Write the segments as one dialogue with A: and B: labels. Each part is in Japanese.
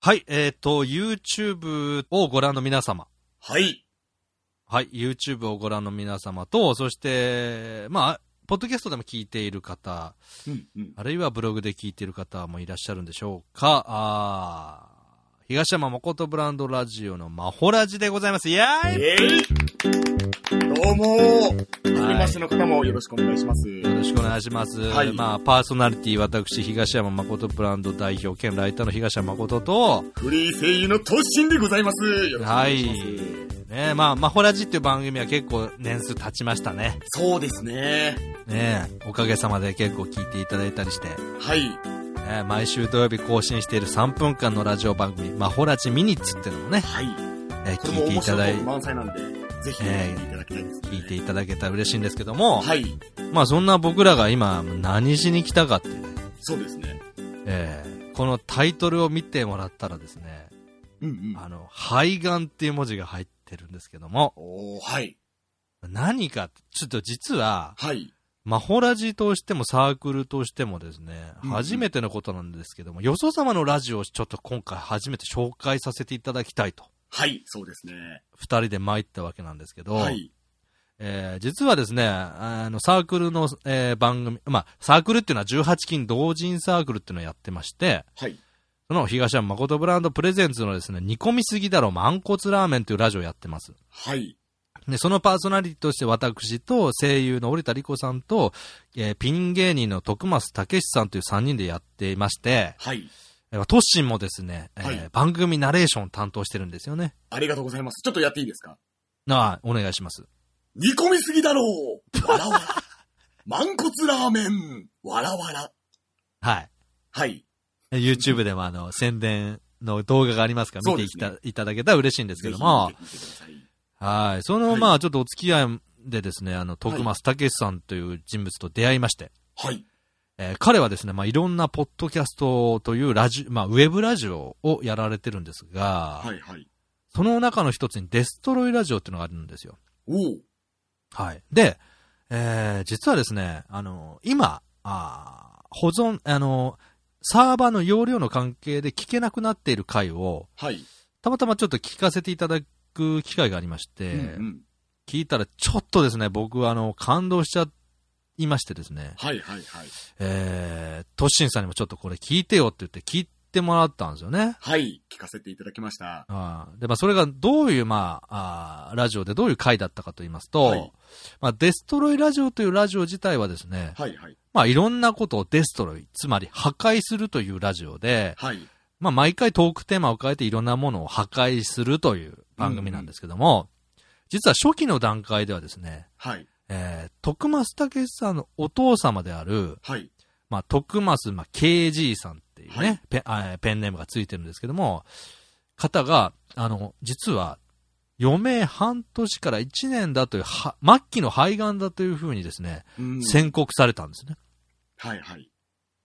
A: はい、えっ、と、YouTube をご覧の皆様。
B: はい。
A: はい、YouTube をご覧の皆様と、そして、まあ、ポッドキャストでも聞いている方、
B: うんうん。
A: あるいはブログで聞いている方もいらっしゃるんでしょうか。あー東山誠ブランドラジオのマホラジでございます。いやー
B: えいどうもーはじめましての方もよろしくお願いします。
A: よろしくお願いします。
B: はい
A: まあ、パーソナリティ、私、東山誠ブランド代表兼ライターの東山誠と、
B: フリー声優の突進でございます。よろしくお
A: は
B: 願
A: い
B: いします。。
A: ねまあ、マホラジっていう番組は結構年数経ちましたね。
B: そうですね。
A: ねおかげさまで結構聞いていただいたりして、
B: はい。
A: ね毎週土曜日更新している3分間のラジオ番組、マホラジミニッツっていうのもね、
B: はい。
A: え
B: こ
A: 聞
B: れも
A: いて
B: 面
A: いた
B: 白
A: だい
B: いこと満載なんで、ぜひ
A: ええ
B: 見ていただきたいです、ね
A: 聞いていただけたら嬉しいんですけども、
B: はい。
A: まあそんな僕らが今何しに来たかっていうね、
B: そうですね。
A: えーこのタイトルを見てもらったらですね、
B: うんうん。
A: あの、肺がんっていう文字が入ってるんですけども、
B: おー、はい。
A: 何か、ちょっと実は、
B: はい。
A: マホラジとしてもサークルとしてもですね、
B: うん
A: 初めてのことなんですけども、よそ様のラジオをちょっと今回初めて紹介させていただきたいと、
B: はい。そうですね。
A: 二人で参ったわけなんですけど、
B: はい。
A: えー実はですね、あの、サークルの、えー番組、まあ、サークルっていうのは18金同人サークルっていうのをやってまして、
B: はい。
A: その東山誠ブランドプレゼンツのですね、煮込みすぎだろ、マンコツラーメンというラジオをやってます。
B: はい。
A: で、そのパーソナリティとして私と声優の織田理子さんと、えーピン芸人の徳松武史さんという3人でやっていまして、
B: はい。
A: えートッシンもですね、えー
B: はい
A: 番組ナレーションを担当してるんですよね。
B: ありがとうございます。ちょっとやっていいですか
A: なあ、お願いします。
B: 煮込みすぎだろうわらわら。満骨ラーメンわらわら。
A: はい。
B: はい。
A: え YouTube でもあの、宣伝の動画がありますから、見ていきた,、
B: そう
A: いただけたら嬉しいんですけども
B: ぜ、ひ見てください
A: はい。その、
B: はい
A: まあ、ちょっとお付き合いでですね、あの、徳松武史さんという人物と出会いまして、
B: はい。
A: えー彼はですね、まあ、いろんなポッドキャストというラジ、まあ、ウェブラジオをやられてるんですが、
B: はいはい。
A: その中の一つにデストロイラジオっていうのがあるんですよ。
B: おう。
A: はい。で、えー実はですね、あの、今、あー保存、あの、サーバーの容量の関係で聞けなくなっている回を、
B: はい。
A: たまたまちょっと聞かせていただく機会がありまして、
B: うんうん。
A: 聞いたらちょっとですね、僕はあの、感動しちゃいましてですね、
B: はいはいはい。
A: えー、トッシンさんにもちょっとこれ聞いてよって言って聞いてもらったんですよね。
B: はい。聞かせていただきました。
A: あーで、まあ、それがどういう、まあ、あーラジオでどういう回だったかと言いますと、
B: はい
A: まあ、デストロイラジオというラジオ自体はですね、
B: はいはい。
A: まあ、いろんなことをデストロイ、つまり破壊するというラジオで、
B: はい。
A: まあ、毎回トークテーマを変えていろんなものを破壊するという番組なんですけども、実は初期の段階ではですね、
B: はい。
A: えー、徳松武さんのお父様である、
B: はい。
A: まあ、徳松、まあ、KG さんっていうね、
B: はい
A: ペンあペンネームがついてるんですけども、方が、あの、実は、余命半年から1年だという、は末期の肺がんだというふうにですね、
B: うん
A: 宣告されたんですね。
B: はいはい。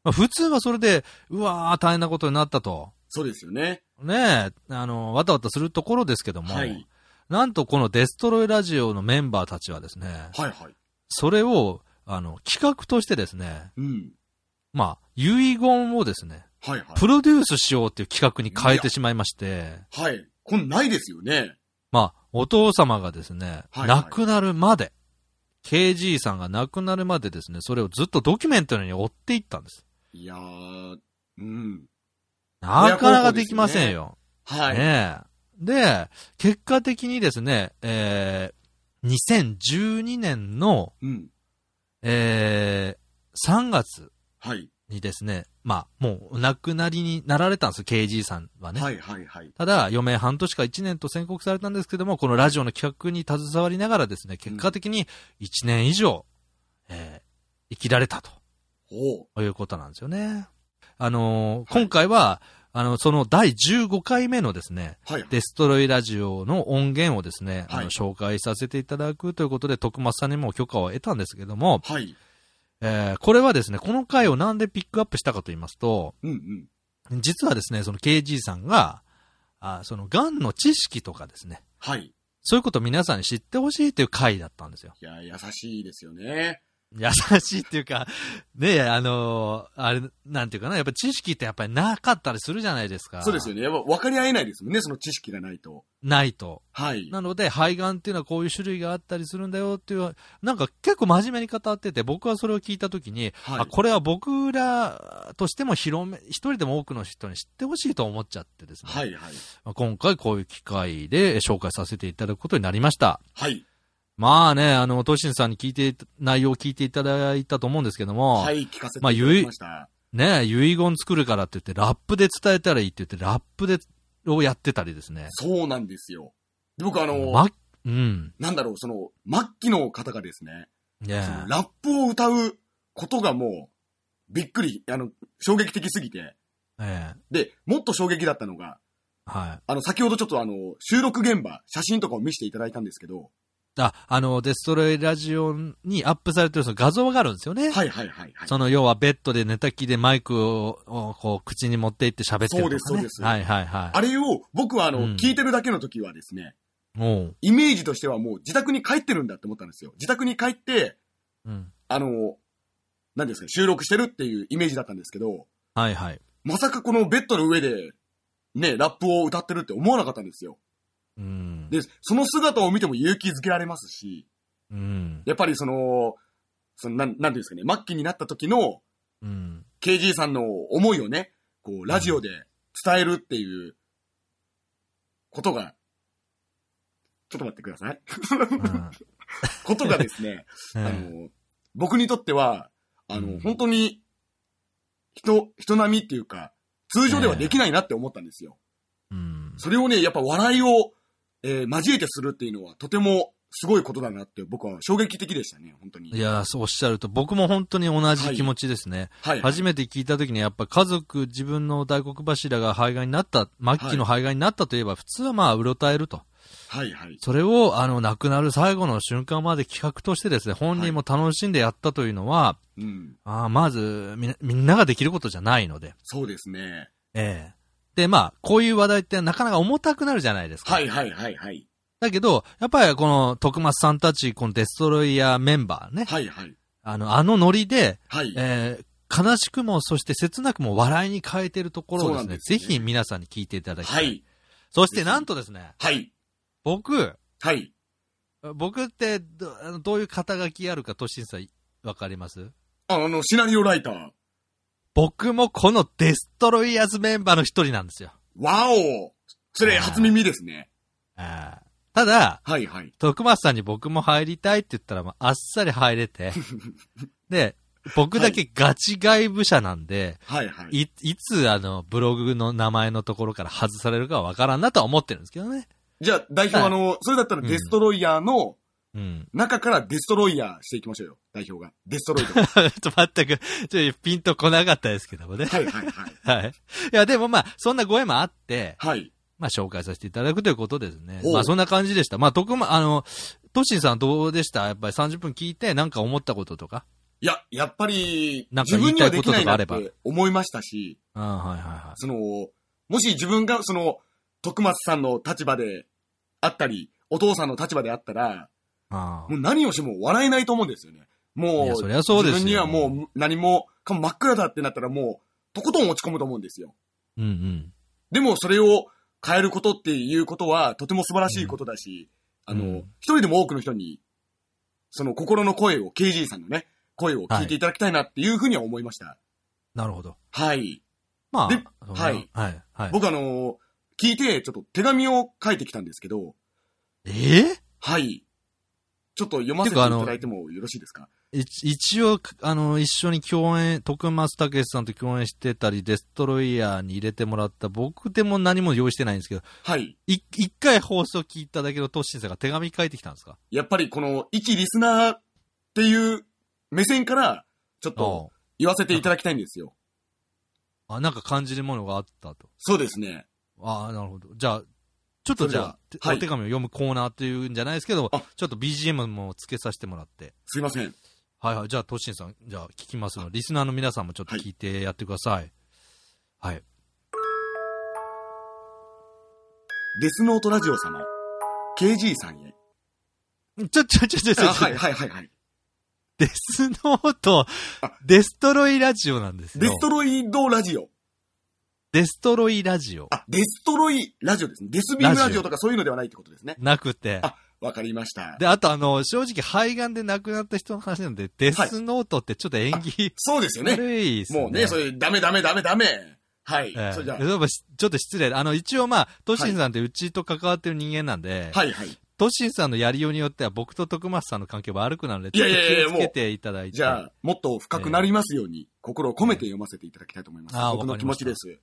A: まあ、普通はそれで、うわー、大変なことになったと。
B: そうですよね。
A: ねえ、あの、わたわたするところですけども、
B: はい。
A: なんとこのデストロイラジオのメンバーたちはですね、
B: はいはい。
A: それを、あの、企画としてですね、
B: うん。
A: まあ、遺言をですね、
B: はいはい。
A: プロデュースしようっていう企画に変えてしまいまして、
B: はい。こんないですよね。
A: まあ、お父様がですね、
B: はいはい
A: 亡くなるまで、KG さんが亡くなるまでですね、それをずっとドキュメントに追っていったんです。
B: いやー、うん。
A: なかなかできませんよ。
B: はい。
A: ねえで、結果的にですね、えー、2012年の、
B: うん。
A: えー、3月
B: はい。
A: にですね、まあ、もうお亡くなりになられたんです、KG さんはね。
B: はいはいはい。
A: ただ、余命半年か1年と宣告されたんですけども、このラジオの企画に携わりながらですね、結果的に1年以上、えー生きられた
B: おう。
A: ということなんですよね。あのー今回は、あの、その第15回目のですね、
B: はいはい。
A: デストロイラジオの音源をですね、あ
B: はい
A: の紹介させていただくということで、徳松さんにも許可を得たんですけども、
B: はい。
A: えーこれはですね、この回をなんでピックアップしたかと言いますと、
B: うんうん。
A: 実はですね、その KG さんが、あその、癌の知識とかですね、
B: はい。
A: そういうことを皆さんに知ってほしいという回だったんですよ。
B: いや、優しいですよね。
A: 優しいっていうか、ねあのーあれ、なんていうかな、やっぱ知識ってやっぱりなかったりするじゃないですか。
B: そうですよね。やっぱ分かり合えないですもんね、その知識がないと。
A: ないと。
B: はい。
A: なので、肺がんっていうのはこういう種類があったりするんだよっていう、なんか結構真面目に語ってて、僕はそれを聞いたときに、
B: はい
A: あ、これは僕らとしても広め、一人でも多くの人に知ってほしいと思っちゃってですね。
B: はい、はい。
A: まあ今回こういう機会で紹介させていただくことになりました。
B: はい。
A: まあね、あの、トシンさんに聞いていた、内容を聞いていただいたと思うんですけども、
B: はい、聞かせていただきました。
A: ね、遺言作るからって言って、ラップで伝えたらいいって言って、ラップで、をやってたりですね。
B: そうなんですよ。で僕あの、
A: ま、うん。
B: なんだろう、その、末期の方がですね、
A: ね
B: そのラップを歌うことがもう、びっくり、あの、衝撃的すぎて。
A: え。ええ
B: で、もっと衝撃だったのが、
A: はい。
B: あの、先ほどちょっとあの、収録現場、写真とかを見せていただいたんですけど、
A: あ、あの、デストロイラジオにアップされてるその画像があるんですよね。
B: はいはいはいはい。
A: その、要はベッドで寝たきりでマイクを、をこう、口に持っていって喋ってるとか、ね。
B: そうですそうです
A: はいはいはい。
B: あれを、僕はあの、
A: うん
B: 聞いてるだけの時はですね、
A: おう。
B: イメージとしてはもう自宅に帰ってるんだって思ったんですよ。自宅に帰って、
A: うん。
B: あの、何ですか、収録してるっていうイメージだったんですけど、
A: はいはい。
B: まさかこのベッドの上で、ね、ラップを歌ってるって思わなかったんですよ。
A: うん。
B: で、その姿を見ても勇気づけられますし、
A: うん。
B: やっぱりその、そのなん、なんていうんですかね、末期になった時の、
A: うん。
B: KG さんの思いをね、こう、ラジオで伝えるっていう、ことが、ちょっと待ってください。
A: うん
B: ことがですね、あ
A: ええ
B: の、僕にとっては、あの、
A: うん
B: 本当に、人、人並みっていうか、通常ではできないなって思ったんですよ。
A: うん。
B: それをね、やっぱ笑いを、えー交えてするっていうのは、とてもすごいことだなって、僕は衝撃的でしたね、本当に。
A: いや、そうおっしゃると、僕も本当に同じ気持ちですね。
B: はい。
A: 初めて聞いたときに、やっぱ家族、自分の大黒柱が肺がんになった、末期の肺がんになったといえば、普通はまあ、うろたえると。
B: はい、はい。
A: それを、あの、亡くなる最後の瞬間まで企画としてですね、本人も楽しんでやったというのは、
B: うん。
A: あーまずみ、みんなができることじゃないので。
B: そうですね。
A: ええで、まあ、こういう話題ってなかなか重たくなるじゃないですか。
B: はい、はい、はい、はい。
A: だけど、やっぱりこの、徳松さんたち、このデストロイヤーメンバーね、
B: はい、はい。
A: あの、あのノリで、
B: はい。
A: えー悲しくも、そして切なくも笑いに変えてるところをですね、
B: そうなんですね
A: ぜひ皆さんに聞いていただきた。
B: はいい。
A: そしてなんとですね、
B: はい。
A: 僕、
B: はい。
A: 僕ってどあのどういう肩書きあるか、としんさん、わかります
B: あの、シナリオライター。
A: 僕もこのデストロイヤーズメンバーの一人なんですよ。
B: わおそれ、
A: あー
B: 初耳ですね。
A: あーただ、
B: はい、はい。
A: 徳松さんに僕も入りたいって言ったら、まあ、あっさり入れ て、で、僕だけガチ外部者なんで、
B: はい、はい。
A: い、いつ、あの、ブログの名前のところから外されるかはわからんなとは思ってるんですけどね。
B: じゃあ、代表、
A: はい
B: あの、それだったら
A: うん
B: デストロイヤーの
A: うん。
B: 中からデストロイヤーしていきましょうよ。代表が。デストロイ ド。は
A: ちょっと全く、ちょっとピンとこなかったですけどもね。
B: い、はい、はい。
A: はい。いや、でもまあ、そんなご縁もあって、
B: はい。
A: まあ、紹介させていただくということですね
B: ほ。う
A: まあ、そんな感じでした。まあ、徳ま、あの、トシンさんどうでしたやっぱり30分聞いて、なんか思ったこととか。
B: いや、やっぱり、
A: なんか
B: 自分には
A: 言
B: で
A: いたいこと
B: きな
A: とか
B: いな
A: あ
B: っ
A: れば
B: て思いましたし、
A: うん、はいはいは
B: その、もし自分が、その、徳松さんの立場であったり、お父さんの立場であったら、
A: い。あ
B: もう何をしても笑えないと思うんですよね。もう、
A: いやそりゃそうですよ
B: 自分にはもう何もかも真っ暗だってなったらもう、とことん落ち込むと思うんですよ。
A: うんうん。
B: でもそれを変えることっていうことはとても素晴らしいことだし、
A: うん
B: あ
A: う
B: の、
A: ん
B: 一人でも多くの人に、その心の声を、KG さんのね、声を聞いていただきたいなっていうふうには思いました。
A: なるほど。
B: はい。
A: ま
B: で
A: あ、そんな
B: はい。
A: はい。はい。
B: 僕あの、聞いてちょっと手紙を書いてきたんですけど、
A: えー
B: はい。ちょっと読ませていただいてもよろしいですか
A: 一一応、あの、一緒に共演、徳松武さんと共演してたり、デストロイヤーに入れてもらった、僕でも何も用意してないんですけど、
B: はい。
A: い一回放送聞いただけのトッシンさんが手紙書いてきたんですか
B: やっぱりこの、一リスナーっていう目線から、ちょっと
A: う
B: 言わせていただきたいんですよ。
A: あ、なんか感じるものがあったと。
B: そうですね。
A: ああ、なるほど。じゃあ、ちょっとじゃあ、
B: そ
A: て
B: れでははい
A: お手紙を読むコーナーというんじゃないですけど
B: あ、
A: ちょっと BGM もつけさせてもらって。
B: すいません。
A: はいはい。じゃあ、トッシンさん、じゃあ聞きますので、リスナーの皆さんもちょっと聞いてやってください。はい。
B: デスノートラジオ様、KG さんへ。
A: ちょ、ちょ、ちょ、ちょ、ちょ、
B: あはいはいはいはい。
A: デスノート
B: あ、
A: デストロイラジオなんですよ。
B: デストロイドラジオ。
A: デストロイラジオ。
B: あ、デストロイラジオですね。デスビームラジオとかそういうのではないってことですね。
A: なくて。
B: あわかりました。
A: で、あとあの、正直肺がんで亡くなった人の話なので、デスノートってちょっと演技
B: そうですよね。
A: 悪いですね。
B: もうね、そういう、ダメダメダメダメ。はい。
A: ええ
B: それじゃ
A: 例えばしちょっと失礼。あの、一応まあ、トシンさんってうちと関わってる人間なんで、
B: あ、はいはい。
A: トシンさんのやりようによっては僕と徳松さんの関係悪くなるので、
B: い
A: ちょ
B: や
A: っ
B: い
A: と
B: やいや
A: 気をつけていただいて。
B: じゃあ、もっと深くなりますように、心を込めて読ませていただきたいと思います。
A: ああ
B: 僕の気持ちです。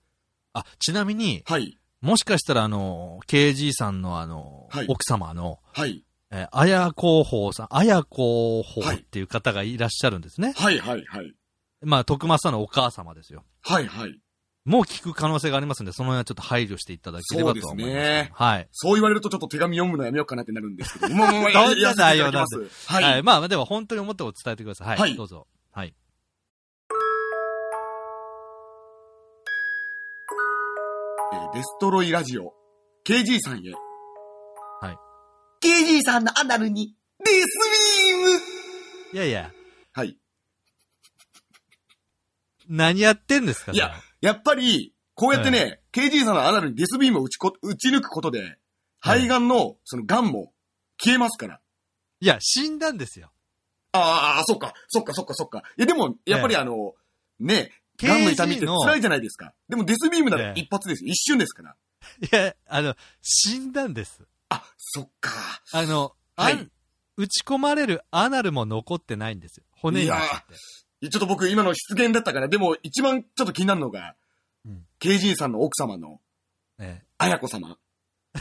A: あ、ちなみに、
B: はい。
A: もしかしたらあの、KG さんのあの、
B: はい
A: 奥様の、
B: はい。
A: えー、綾広報さん、綾広報っていう方がいらっしゃるんですね。
B: はいはいはい。
A: まあ、徳松さんのお母様ですよ。
B: はいはい。
A: もう聞く可能性がありますんで、その辺はちょっと配慮していただければとは思います。
B: そうですね
A: はい。
B: そう言われるとちょっと手紙読むのやめようかなってなるんで すけど。もうもうもう
A: どんな内容
B: や
A: な
B: ら
A: ん
B: せ
A: で
B: ていただきます
A: はい、
B: はい。
A: まあ、では本当に思ったこと伝えてください。はい。
B: はい
A: どうぞ。はい。
B: えーデストロイラジオ、KG さんへ。
A: はい。
B: KG さんのアナルに、デスビーム
A: いやいや、
B: はい。
A: 何やってんですか
B: いや、やっぱり、こうやってね、KG さんのアナルにデスビームを打ちこ打ち抜くことで、
A: はい
B: 肺がんの、その、癌も消えますから。
A: いや、死んだんですよ。
B: ああ、そっか、そっか、そっか、そっか。いや、でも、やっぱりあの、ね、癌の痛みって
A: KG の
B: 辛いじゃないですか。でも、デスビームなら
A: ええ
B: 一発ですよ。一瞬ですから。
A: いや、あの、死んだんです。
B: あ、そっか。
A: あの、
B: はい
A: あん打ち込まれるアナルも残ってないんですよ。骨になっちゃって。
B: ちょっと僕、今の失言だったから、でも、一番ちょっと気になるのが、
A: うん
B: KG さんの奥様の、
A: ええ
B: あやこ様。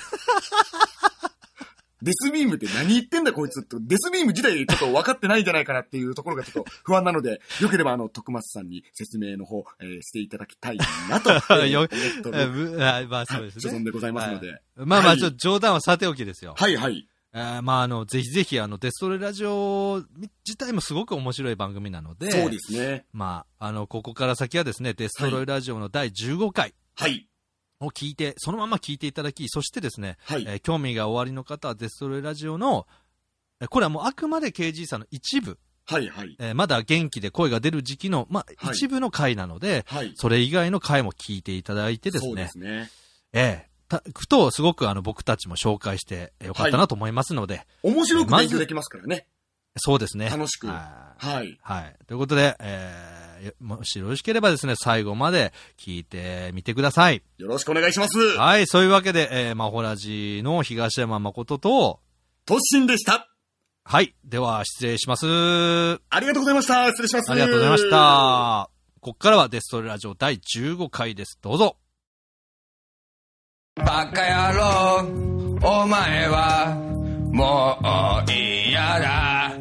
B: デスビームって何言ってんだこいつって、デスビーム自体ちょっと分かってないんじゃないかなっていうところがちょっと不安なので、よければあの、徳松さんに説明の方、えーしていただきたいなと、えー、思
A: よ
B: っと
A: え
B: る、
A: ぶ あまあそう
B: は
A: で
B: い、
A: す
B: 所
A: ね
B: 存。でございますので。
A: まあま
B: は
A: あ、
B: い
A: ちょっと冗談はさておきですよ。
B: はいはい。
A: えーまあ、あの、ぜひぜひ、あの、デストレラジオ自体もすごく面白い番組なので、
B: そうですね。
A: まあ、あの、ここから先はですね、デストロイラジオの第15回
B: はい。
A: を聞いて、そのまま聞いていただき、そしてですね、
B: はい。
A: えー興味がおありの方はデストロイラジオの、えーこれはもうあくまで KG さんの一部、
B: はいはい。
A: えーまだ元気で声が出る時期の、まあ、
B: はい
A: 一部の回なので、
B: はい。
A: それ以外の回も聞いていただいてです
B: そうで
A: ね、
B: すね。
A: ええたくと、すごくあの、僕たちも紹介してよかったなと思いますので、
B: 面白く
A: まず
B: 勉強できますからね。
A: そうですね。
B: 楽しく。は
A: はい
B: い。
A: はい。ということで、えーよもしよろしければですね、最後まで聞いてみてください。
B: よろしくお願いします。
A: はい、そういうわけで、えー、マホラジの東山誠と、
B: 突進でした。
A: はい、では失礼します。あ
B: ありがとうございました。失礼します。
A: りがとうございまし。た。こっからはデストレラジオ第15回です。どうぞ。
C: バカ野郎お前はもう嫌だ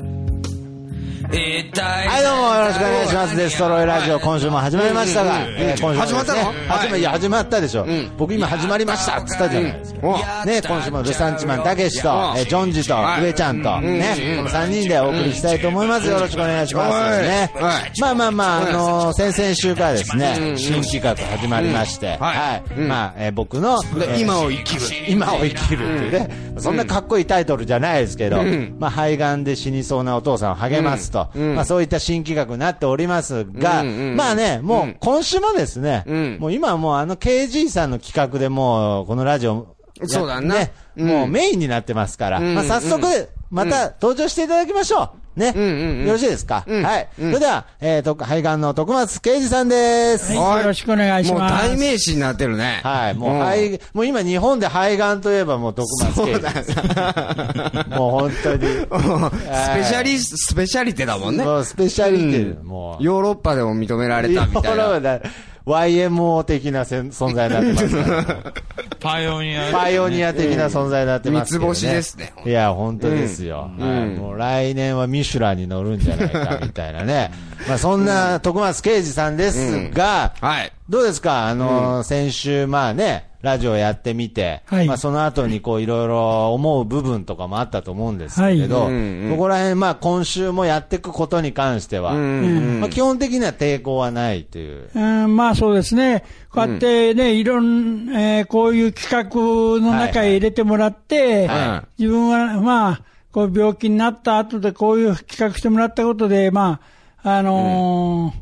C: 一体
D: はい、どうもよろしくお願いします。デストロイラジオ、今週も始まりましたが、
E: うんうんうん
D: えー今週もですね
E: 始まったの
D: 始ま、いや、始まったでしょ
E: ん。
D: 僕今始まりましたって言ったじゃないですか。ね、今週もルサンチマン、たけしと、えージョンジと、上ちゃんと、ね、3人でお送りしたいと思います。よろしくお願いします。ね。まあまあまあ、あのー、先々週からですね、新企画始まりまして、はい。まあ、えー僕の、えー
E: 今を生きる。
D: 今を生きるっていうね、そんなかっこいいタイトルじゃないですけど、まあ、肺がんで死にそうなお父さんを励ますと、まあ、そういった新企画になっておりますが、
E: うんうん
D: まあね、もう今週もですね、
E: ん
D: もう今はもうあの KG さんの企画でもう、このラジオ、や
E: そうだな
D: ね
E: うん
D: もうメインになってますから、
E: ん
D: まあ、早速、また登場していただきましょう。ね、
E: んうんうん
D: よろしいですか、
E: ん
D: はい。
E: うん
D: それでは、えーと、肺がんの徳松啓二さんです。
E: はい
F: よろしくお願いし
E: もう
F: ます。
E: 代名詞になってるね。
D: はい、もう、
E: ん
D: 肺、もう今日本で肺がんといえばもう徳松
E: そ
D: 啓
E: う
D: 二
E: だな。ス
D: もう本当に。
E: ペシャリス、スペシャリテだもんね。
D: もうスペシャリティ、
E: う
D: もう。
E: ヨーロッパでも認められたみたいな。
D: だ YMO 的なせん存在になってます から。
G: パイオニア。
D: パイオニア的な存在になって
E: 三
D: ます
E: つ
D: けどね。
E: 星ですね。
D: いや、本当ですよ。
E: うん
D: はい
E: うん
D: もう来年はミシュランに乗るんじゃないか、みたいなね。まあ、そんな徳松啓二さんですが、
E: はい。
D: どうですかあの、先週、まあね、ラジオやってみて、
F: はい
D: まあその後にこういろいろ思う部分とかもあったと思うんですけれど、
F: は
E: う
F: い
E: んうん
D: ここら辺、まあ今週もやっていくことに関しては、
E: うん
D: まあ基本的には抵抗はないという。
F: うん、まあそうですね。こうやってね、いろん、えーこういう企画の中へ入れてもらって、
E: はい
F: 自分は、まあ、こういう病気になった後でこういう企画してもらったことで、まあ、あの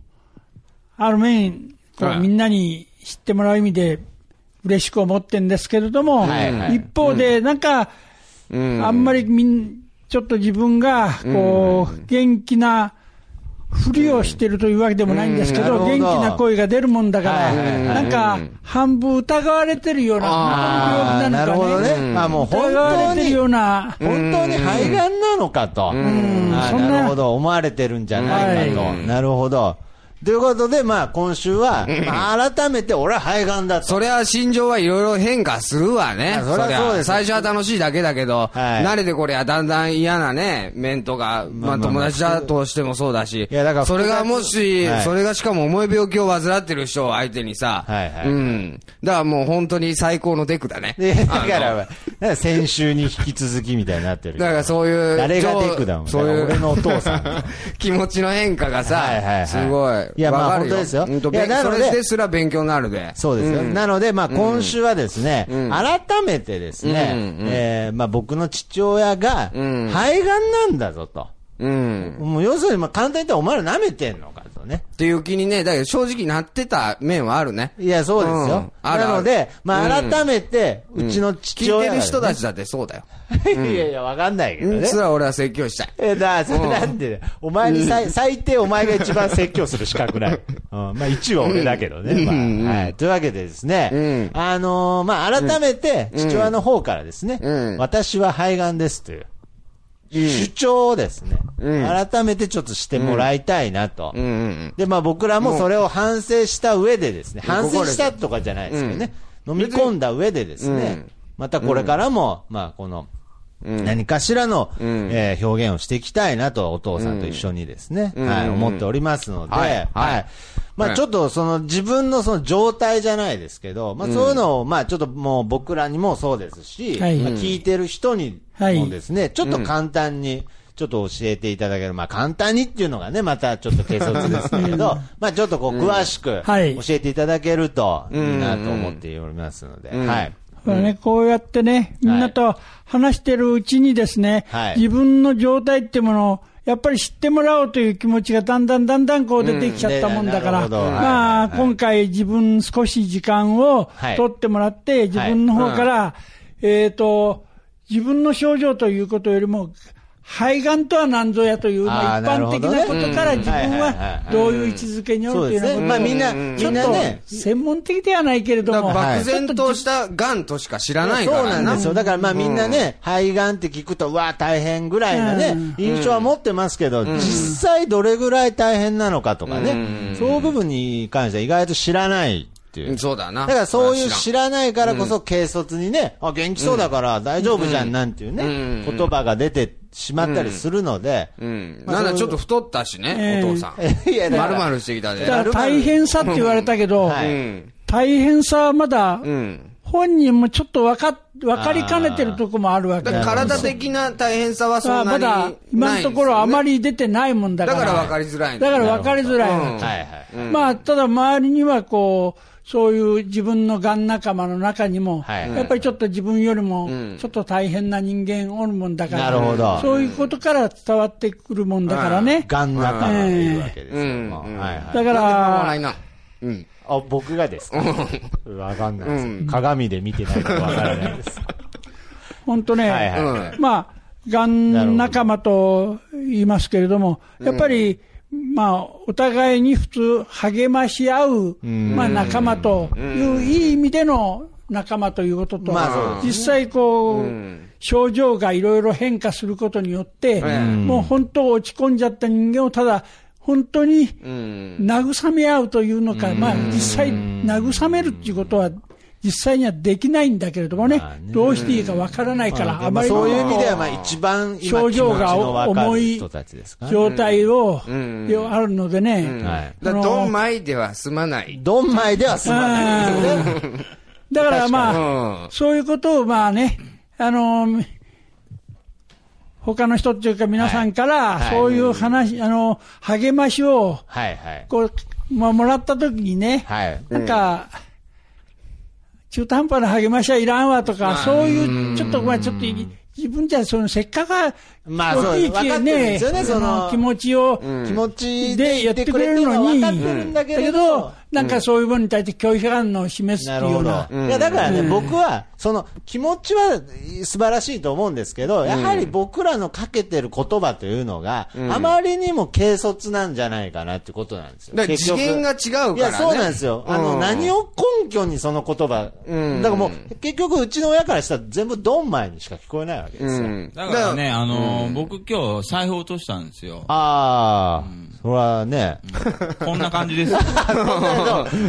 F: ーある面、こ
E: はい
F: うみんなに知ってもらう意味で嬉しく思ってるんですけれども、
E: はいはい
F: 一方で、なんか、あんまりみん、ちょっと自分が、こう、元気な、ふりをしてるというわけでもないんですけ
D: う
F: ど、
D: んな
F: 元
D: る
F: 気
D: ほど
F: な声が出るもんだか
D: は
F: ら、
D: いはいはい
F: なんか、半分疑われてるような、
D: あーなるほど
F: 本当に病気なのか
D: ね
F: ね。。
D: まあもう本
F: 疑わ
D: 当
F: れてる
D: に、
F: よう
D: 本
F: な、
D: 当に肺がんなのかと。あ
F: ん
D: ー
F: そんな
D: なるほど。思われてるんじゃないかと。
E: はい
D: なるほど。ということで、まあ今週は、まあ改めて俺は肺がんだと。
E: それは心情はいろいろ変化するわね。
D: いやそりゃそうです
E: 最初は楽しいだけだけど、
D: はい
E: 慣れてこりゃだんだん嫌なね、面とか、まあ友達だとしてもそうだし、
D: いやだから
E: それがもし、
D: はい
E: それがしかも重い病気を患ってる人を相手にさ、
D: はいはい
E: うん。だからもう本当に最高のテクだね。
D: でだから、
E: あの
D: だから先週に引き続きみたいになってるけど。
E: だからそういう、
D: 誰がテクだもん。
E: そういう
D: だから俺のお父さん。
E: 気持ちの変化がさ、
D: はいはいはい
E: すごい。
D: いやまあ
E: わかる
D: 本当ですよ
E: 本当
D: いやな
E: そ
D: ので
E: れですら勉強になるで。
D: そうですよ。なので、まあ、今週はですね、改めてですね、えーまあ、僕の父親が、
E: ん
D: 肺がんなんだぞと。
E: うん。
D: もう要するに、まあ、簡単に言ったら、お前ら舐めてんのかとね。
E: っていう気にね、だけど正直なってた面はあるね。
D: いや、そうです
E: う
D: よ
E: ん。あるある
D: なので、まあ、
E: うん
D: 改めて、うちの父
E: 聞い
D: 親
E: て
D: がね、
E: る人たちだってそうだよ。
D: いやいや、わかんないけど
E: うん、
D: ね
E: す。ら俺は説教したい。
D: えーだからそれなんで、お前に最最低お前が一番説教する資 格ない。うんまあ1は俺だけどね。まあはいというわけでですね、あのー、まあ改めて父親の方からですね
E: う、ん
D: 私は肺がんですという主張をですね、改めてちょっとしてもらいたいなと
E: う。んうん
D: で、まあ僕らもそれを反省した上でですね、
E: ん
D: 反省したとかじゃないですけどね、飲み込んだ上でで
E: 別
D: す
E: にう
D: ね
E: ん、
D: またこれからも、まあこの、何かしらの、えー表現をしていきたいなと、お父さんと一緒にですね、はい、思っておりますので、
E: は
D: はいい。
E: はい
D: ま
E: う
D: あ
E: ん
D: ちょっとその自分のその状態じゃないですけど、まあそういうのを、まあちょっともう僕らにもそうですし、
F: はい
D: まあ聞いてる人に
F: はい
D: もですね、ちょっと簡単に、ちょっと教えていただける。まあ簡単にっていうのがね、またちょっと軽率ですけれど、まあちょっとこう詳しく
F: はい
D: 教えていただけるといいなと思っておりますので、はい。
F: これね、こうやってね、みんなと話してるうちにですね、
D: はい
F: 自分の状態ってものを、やっぱり知ってもらおうという気持ちがだんだんだんだんこう出てきちゃったもんだか
D: う
F: ら、
D: んねなるほど
F: ま
D: は
F: あ、
D: いはい
F: 今回自分少し時間を
D: はい
F: 取ってもらって、自分の方から、えっと、自分の症状ということよりも、肺がんとは何ぞやという、まあ
D: あー
F: 一
D: なる
F: 般
D: ほ
F: 的
D: どね
F: なことから
D: うん
F: 自分
D: はいはいはい
F: は
D: はい
F: どういう位置づけにお
D: そうで
F: ると
D: す
F: い
D: ね。
F: うの
D: まあ
F: も、
D: みんな、
F: ち
D: み
F: ょ
D: ん
F: っ
D: なね、
F: と専門的ではないけれど
E: だか
F: も。
E: ら
D: はい
E: 漠然とした癌としか知らないから。
D: そうなんですよ。だからまあみんなね、肺がんって聞くと、うわあ大変ぐらいな
F: う
D: ね
F: ん、
D: 印象は持ってますけど、実際どれぐらい大変なのかとかね、そういう部分に関しては意外と知らないっていううん
E: そうだな。
D: だからそういう
E: 知
D: 知らないからこそ軽率にね、あ、元気そうだから大丈夫じゃんなんていうね、
E: うん
D: 言葉が出てしまったりするので、
E: らんうん。
D: まあ
E: なんだ
D: そういう
E: ちょっと太ったしね、
F: ええ
E: お父さん。
D: いやだか
E: ま
D: ら
E: るまるしてきたで。
F: だから大変さって言われたけど、
D: は
E: う
D: い
E: ん。
F: 大変さはまだ
E: うん。
F: 本人もちょっと分か分かりかねてるとこもあるわけ
E: だから
F: だ
E: 体的な大変さはそんな
F: ま
E: にないんです
F: だ
E: よね。
F: 今のところあまり出てないもんだ
E: だ
F: から、
E: から分かりづらいんだ
F: だから分かりづらい
E: うん
D: はいはい。
F: まあ、ただ周りにはこう、そういう自分のがん仲間の中にも、
D: はい
F: やっぱりちょっと自分よりも、ちょっと大変な人間おるもんだから、
D: なるほど
F: そういうことから伝わってくるもんだからね。
D: がん仲間がいるわけですよ。もう
E: うん
D: はいはい
F: だか
E: 笑い
F: ら、
E: な。うん。
D: あ、僕がですかわかんないです、鏡で見てないからわからない です。
F: 本当ね、
D: はいはい。
E: うん
F: まあ、がん仲間と言いますけれども、やっぱり、まあ、お互いに普通、励まし合う、まあ、仲間という、いい意味での仲間ということと、
D: まあそうですね
F: 実際こう、症状がいろいろ変化することによって、
E: ん
F: もう本当落ち込んじゃった人間をただ、本当に
E: うん。
F: 慰め合うというのか、まあ、実際、慰めるっていうことは、実際にはできないんだけれどもね、
D: まあね
F: どうしていいかわからないから、
D: まあ
F: あまりにも
D: そういう意味では、まあ一番今
F: 症状が
D: 気持ちのわか
F: 重
D: る
F: い
D: 人たちですからね
F: 状態を、
E: ん
F: よあるのでね、
D: はい。
E: だからドンマイでは済まない。
D: ドンマイでは済まないですよね。
F: だから
E: う
F: まあ、
E: ん。
F: そういうことをまあね、あのー他の人っていうか皆さんから、
D: はい
F: そういう話、あのー励ましを、
D: はいはい。
F: こう、まあ、もらったときにね、
D: はい。
F: なんか、中途半端な励ましはいらんわとか、そういう、ちょっと、まあ、ちょっとい、自分じゃそのせっかく、
D: まあそう
F: い
D: 分かってるんですよねその
F: 気持ちを、
D: 気持ち
F: で
D: で
F: や
D: や
F: っ
D: ってて
F: く
D: く
F: れ
D: れ
F: る
D: る
F: の
D: の
F: に、
D: に、
F: だ
D: だ
F: け
D: け
F: ど
D: ど、、
F: なんかそういうものに対して拒否反応を示すっ
D: な
F: て
D: る
F: いう
D: ほ
F: よう
D: ど
F: な。。
D: いや、だからね、僕は、その、気持ちは素晴らしいと思うんですけど、やはり僕らのかけてる言葉というのが、あまりにも軽率なんじゃないかなってことなんですよ。
E: だから
D: 結局
E: 次元が違うからね
D: いや、そうなんですよ。あ
E: う
D: の、
E: ん
D: 何を根拠にその言葉、
E: ん
D: だからもう、結局、うちの親からしたら全部ドンマイにしか聞こえないわけです
E: う
D: よ。
E: ん
G: だからね、あのー僕今日財布落としたんですよ。
D: ああ、それはね、
G: こんな感じです。
D: だ けどい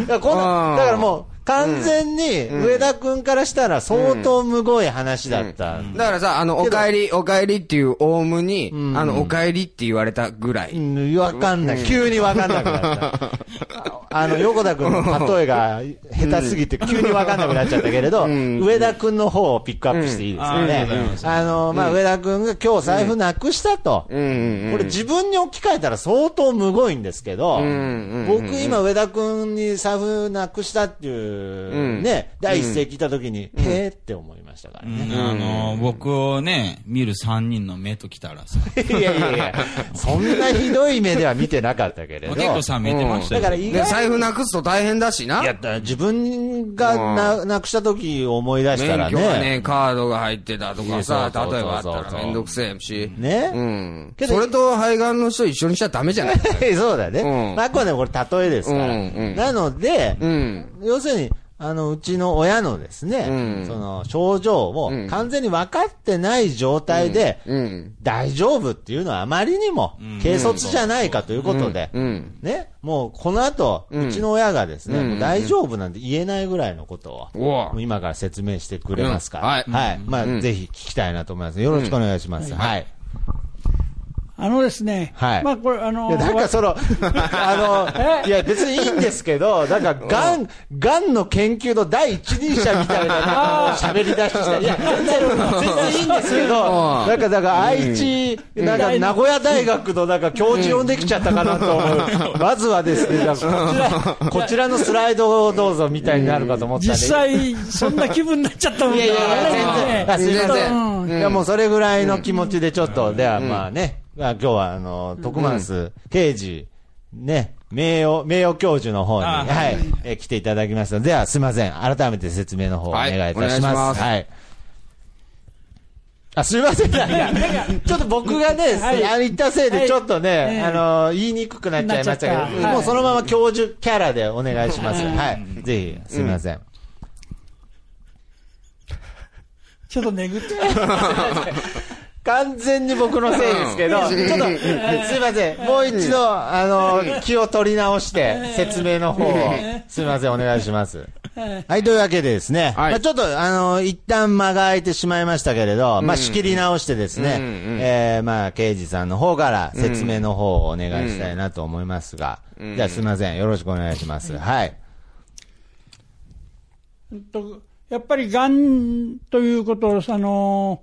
D: やこん
E: うん
D: なだからもう、完全に上田君からしたら相当むごい話だった。
E: だからさ、あの、お帰り、お帰りっていうオウムに、あの、お帰りって言われたぐら
D: う
E: い。
D: ん、わかんない。急にわかんなくなった。あの、横田君の例えが下手すぎて急にわかんなくなっちゃったけれど、上田君の方をピックアップしていいですよね
G: うんありがとうございま。す
D: あの、まあ、上田君が今日財布なくしたと。
E: うんうん
D: これ自分に置き換えたら相当むごいんですけど、
E: んうん
D: 僕今上田君に財布なくしたっていうね、第一声聞いた時に、へーって思いましたから
G: う
D: ね。
G: んあのー僕をね、見る3人の目ときたらさ、
D: いやいやいや、そんなひどい目では見てなかったけれ
G: ま
D: ど。
G: あ結構さ、見えてました
D: だから
G: よ。
D: 意
E: で、
D: 外
E: 財布なくすと大変だしな。
D: いや、だから自分がななくした時を思い出したら
E: 免許が
D: ね。
E: ね、カードが入ってたとかさ、
D: そうそうそうそう
E: 例えばあったらめんどくせえし。
D: ね
E: うん。
D: けど
E: それと肺がんの人一緒にしちゃダメじゃない
D: そうだね。
E: うん
D: まあ、あくまでもこれ例えですか
E: う
D: ら。
E: んうん
D: なので、
E: うん。
D: 要するに、あの、うちの親のですね、
E: うん
D: その症状を
E: ん
D: 完全に分かってない状態で、
E: うん。
D: 大丈夫っていうのはあまりにも軽率じゃないかということで、
E: うん。
D: ね、もうこの後、うちの親がですね、
E: うん
D: もう大丈夫なんて言えないぐらいのことを、
E: お
D: もう
E: う
D: 今から説明してくれますから、
E: うんは
D: はいい。まあ、ぜひ聞きたいなと思います。よろしくお願いします。はい。
F: あのですね、
D: はい
F: まあこれ、あの
D: いや、なんかそ の、あの、いや、別にいいんですけど、なんか、がん、がんの研究の第一人者みたいな、なんか喋り出してきた。いや、全然、全然いいんですけど、なんか、だから、愛知、なんか、名古屋大学の、なんか、教授呼んできちゃったかなと思う。まずはですね、なんかこちら、こちらのスライドをどうぞ、みたいになるかと思ったんで
F: 実際、そんな気分になっちゃったもんだ
D: いやいやいや、
F: ね
D: 全然。
E: 全然
D: うんいや、もうそれぐらいの気持ちでちょっと、ではまあね、まあ今日はあの、徳松刑事、ね、名誉、名誉教授の方に、は
G: あ
D: い、えー来ていただきましたので、ではすいません。改めて説明の方お願いいたし
E: はいお願いしま
D: ますす。はい。あ、すいません。なんかちょっと僕がね、
F: はい
D: あの言ったせい
F: は
D: で
F: い
D: ちょっと
F: え
D: ね、
F: え
D: あの、言いにくくなっちゃいましたけ
F: なっちゃ
D: ど、
F: った
D: もうそのまま教授キャラでお願いします。はい。ぜひ、すいません。
F: ちょっとねぐって。
D: 完全に僕の せいですけど、ちょっと、すいません。もう一度、あの、気を取り直して、説明の方を、すいません、お願いします。はい、というわけでですね、
E: はい
D: まあちょっと、あの、一旦間が空いてしまいましたけれど、まあ、仕切り直してですね、えーまあ、刑事さんの方から説明の方をお願いしたいなと思いますが、じゃあ、すいません、よろしくお願いします。はい。
F: うんとやっぱりがんということを、あの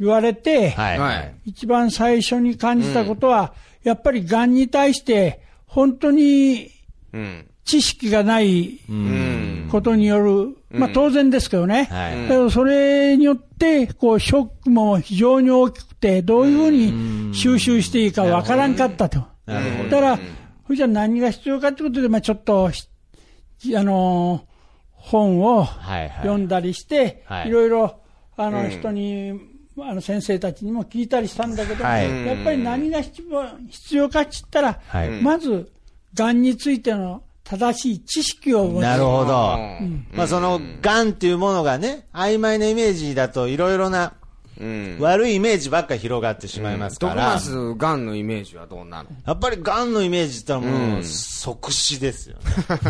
F: 言われて、
D: はい。
E: は
D: はいい。
F: 一番最初に感じたことは、やっぱりがんに対して、本当に
E: うん。
F: 知識がないことによる、まあ当然ですけどね、
D: はい
F: だけどそれによってこうショックも非常に大きくて、どういうふうに収集していいかわからんかったと。
D: なるほ
F: だから、それじゃあ何が必要かということで、まあ、ちょっとし、あのー本を
D: はいはい
F: 読んだりして、
D: はい
F: い、ろいろ、あの、人に、あの、先生たちにも聞いたりしたんだけど、
D: はい
F: やっぱり何が必要かって言ったら、
D: はい
F: まず、がんについての正しい知識を持つ。
D: なるほど。
E: うん
D: まあその、癌っていうものがね、曖昧なイメージだといろいろな
E: うん。
D: 悪いイメージばっか広がってしまいます
E: 毒
D: か
E: マ
D: ら、
E: ス、ガンのイメージはどうなの
D: やっぱり癌のイメージってのはもう即死ですよね。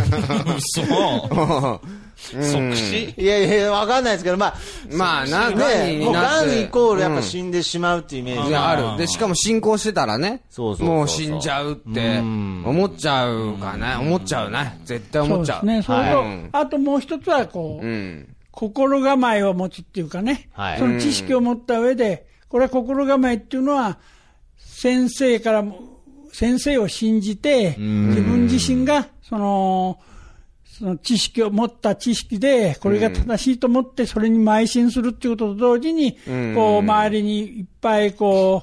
G: そう。即死
D: いやいや、わかんないですけど、ま
E: まあ、
D: あ、
E: な、
D: ね、もう
E: ガン
D: 癌
E: に
D: イコールやっぱ
E: 死
D: 死んでしまうっていうイメージがあ
E: あ
D: る。
E: る。で、しかも進行してたらね、
D: そうそうそうそう
E: もう死んじゃうって、思っちゃうかね、思っちゃうね。絶対
F: そ
E: 思
F: う
E: っち
F: で
E: ゃ
F: す
E: う。
F: ね。それと、
E: はい
F: あともう一つは、こう、
E: うん。
F: 心構えを持つっていうかね、
D: はい
F: その知識を持った上で、これは心構えっていうのは、先生からも、先生を信じて、自分自身が、その、その知識を持った知識で、これが正しいと思って、それに邁進するっていうことと同時に、こう、周りにいっぱい、こ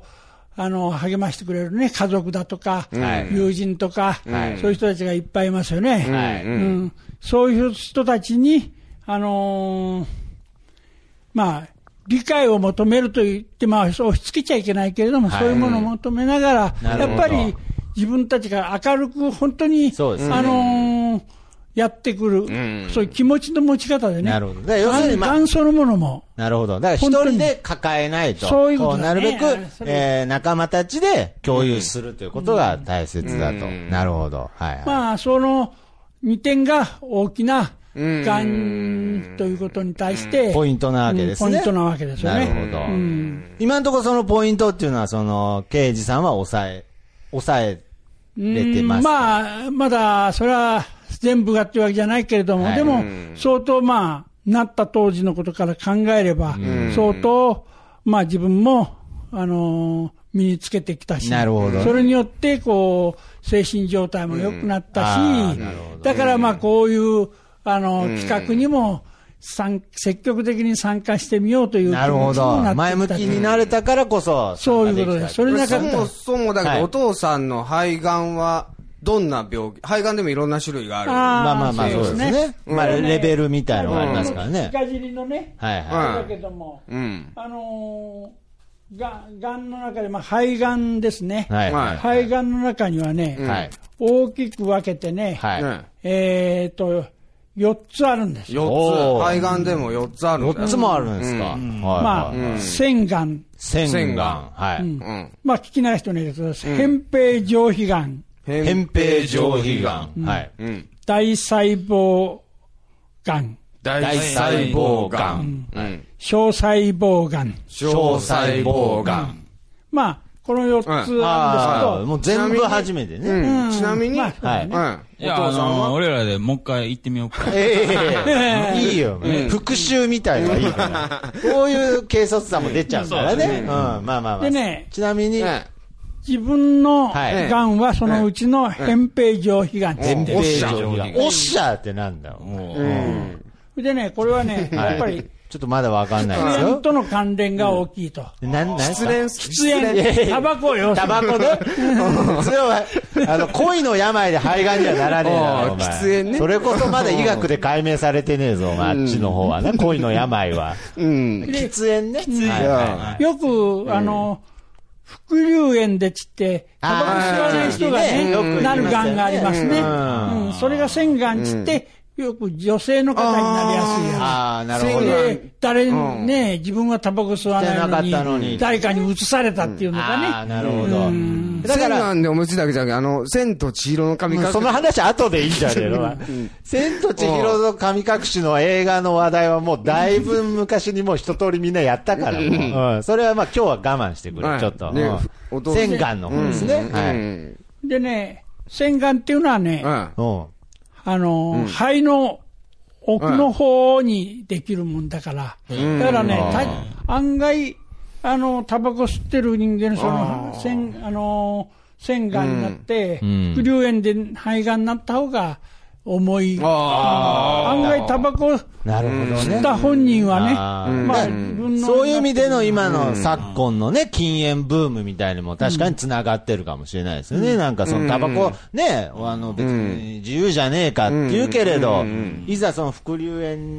F: う、あの、励ましてくれるね、家族だとか、友人とか、そういう人たちがいっぱいいますよね。うんそういう人たちに、あのーまあ、理解を求めると言って、まあ、押し付けちゃいけないけれども、そういうものを求めながら、
D: なるほど
F: やっぱり自分たちが明るく、本当に、
D: そうですね
F: あのーやってくる、そういう気持ちの持ち方でね、
D: なるほどだから要するにまあ
F: 元祖のものも、
D: なるほど。だから一
F: 本当
D: 人
F: に
D: で抱えないと。
F: そういうこと
D: な
F: だ
D: る
F: ね
D: べく
F: あれ、それ
D: えー仲間たちで共有するということが大切だと。なるほど。はいはい。
F: まあ、その2点が大きな、がんということに対して、
D: ポイントなわけですね
F: うんポイントなわけですよ
D: な
F: ね。
D: るほど。
F: うん
D: 今のところそのポイントっていうのは、その、刑事さんは抑え、抑えれてます。
F: うんまあ、まだ、それは全部がっていうわけじゃないけれども、
D: はい
F: でも、相当まあ、なった当時のことから考えれば、相当、まあ自分も、あのー身につけてきたし、
D: なるほど
F: それによって、こう、精神状態も良くなった
D: うん
F: し、
D: あーなる
F: だからまあ、こういう、あの、企画にも、参積極的に参加してみようという気持
D: なるほ
F: ちにな
D: ど。前
F: って
D: 向
F: き
D: き
F: たし
D: になれたからこそ、
F: そういうこ
D: 参
F: と
D: 加き
F: です。
D: た
F: それな
E: そ
F: かったら
E: もそもだけ
D: はい
E: ど、お父さんの肺がんは、どんな病気肺がんでもいろんな種類がある。
F: あー
D: まあまあまあ、そうです
F: そうです
D: ね
F: ね。
D: まあ、レベルみたいなのがありますからね。
F: かじりのね、
D: はい
E: うん
D: は
F: だけども、
E: うん。
F: あのーががんの中で、まあ、肺がんですね、
D: い。はいはい。
F: 肺がんの中にはね、
D: はい。
F: 大きく分けてね、
D: はい。
E: ね
F: えー、と4つあるんですよ、
E: 4
D: おー
E: つ。肺がんでも4つあるんだよ
D: 4つもあるんですか。はい
F: ま
D: は
F: あ
D: い。
F: 腺がん、
D: 腺
E: 腺
D: が
E: が
D: ん
E: ん。
D: はい。
E: うん。
F: まあ、聞きない人に言うと、扁平上皮がん、
D: 扁平上皮がん。はい。
E: うん。
F: 大細胞がん、
E: 大
D: 細胞が
E: ん。うん。
F: 小細胞がん、
E: 小細胞がん。
F: まあ、この4つあるんですけど、
D: ああ、もう全部初めてね。
E: うんちなみに、
F: まあそうだね
E: うん。お
G: いや、あ
E: 父さん
G: の、
E: は、
G: 俺らでもう一回行ってみようか。
D: ええいいよ。復讐みたいのはいい から。こういう軽率さも出ちゃうからね。うん、まあまあまあ。
F: でね
D: ちなみに、
E: ね
F: 自分の
D: はい
F: がんはそのうちの扁平上皮がんです
D: 扁
E: おっし
D: 平
E: ゃ
D: 上皮がん。おっしゃーってなんだよ。
F: でね、これはね、
D: はい
F: やっぱり、
D: ちょっとまだわかんないです
F: 喫煙
D: よ。
F: との関連が大きいと。
D: なん、なんす
E: 失
D: か
E: 恋す
F: 喫煙、タバコを要す
D: タ
F: る
D: バコね。それは、あの、恋の病で肺がんにはならねえだろ、
E: おう
D: お前。
E: 喫煙ね
D: それこそまだ医学で解明されてねえぞ、お前あっちの方はね、恋の病は。
E: うん。
F: で
D: 喫煙ね。喫煙。はい
F: よく、あの、副流炎でちって、タバコ吸わない人が
D: あーよく言いますよね
F: ね、なるがんがありますね。
D: うん
F: うんそれが腺がんちって、よく女性の方になりやすいや
D: ああ、なるほど。
F: つ。で、誰にね、自分はタバコ吸わない
D: 吸わなかったの
F: の
D: に
F: に、誰かに移されたっていうのがね。
D: ああ、なるほど。
E: だ
D: だか、
E: からら、でおむつだけじゃなくて、あの、千と千尋の神隠し
D: その話後でいいんじゃねえのお前千と千尋の神隠しの映画の話題はもうだいぶ昔にもう一通りみんなやったから、もううんそれはまあ今日は我慢してく
E: は
D: れ、
E: い
D: ちょっと
E: ね
D: う
E: お
D: ん。
E: 父さん
D: 千眼の方ですね。は
E: う
D: い。
E: ん。
F: でね、腺がんっていうのはね、
E: うん。
D: うん。
F: あの、肺の奥の方にできるもんだから、だからね、た案外、あの、タバコ吸ってる人間のその、腺、あの、腺がんになって、副流炎で肺がんになった方が重い。
E: あ
F: 案外タバコ吸
D: なるほどね
F: っ。た本人はね、
D: あー
F: まあ、
D: う
F: 自
D: ん
F: 分の。
D: そういう意味での今の昨今のね、禁煙ブームみたいにも確かに繋がってるかもしれないですよね。なんかそのタバコ、ね、あの別に自由じゃねえかって言うけれど、いざその副流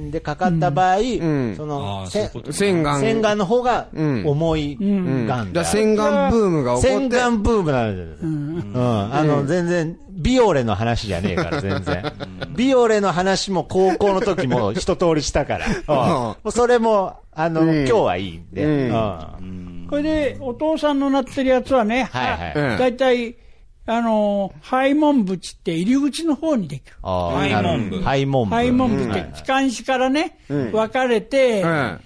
D: 炎でかかった場合、
E: ん
D: そ
G: あ
D: の、
G: あ、そういう
D: せ
G: こと。
E: 洗顔。
D: 洗顔の方が重いがん
E: だ
D: だ。
E: から洗顔ブームが起こって。
D: 洗顔ブームなんですよ。うん。あの、全然、ビオレの話じゃねえから、全然。ビオレの話も高校の時も一通りしたから。うんもうそれも、あの、今日はいいんで。うん。
F: これで、お父さんのなってるやつはね、
D: はいはい
E: うん
F: だいたい、あの、肺門淵って入り口の方にできる。
D: あー
G: 肺門部
D: 肺門部。
F: 肺門部っ
D: はい
F: て、気管支からね、分かれて、
E: うん
F: あ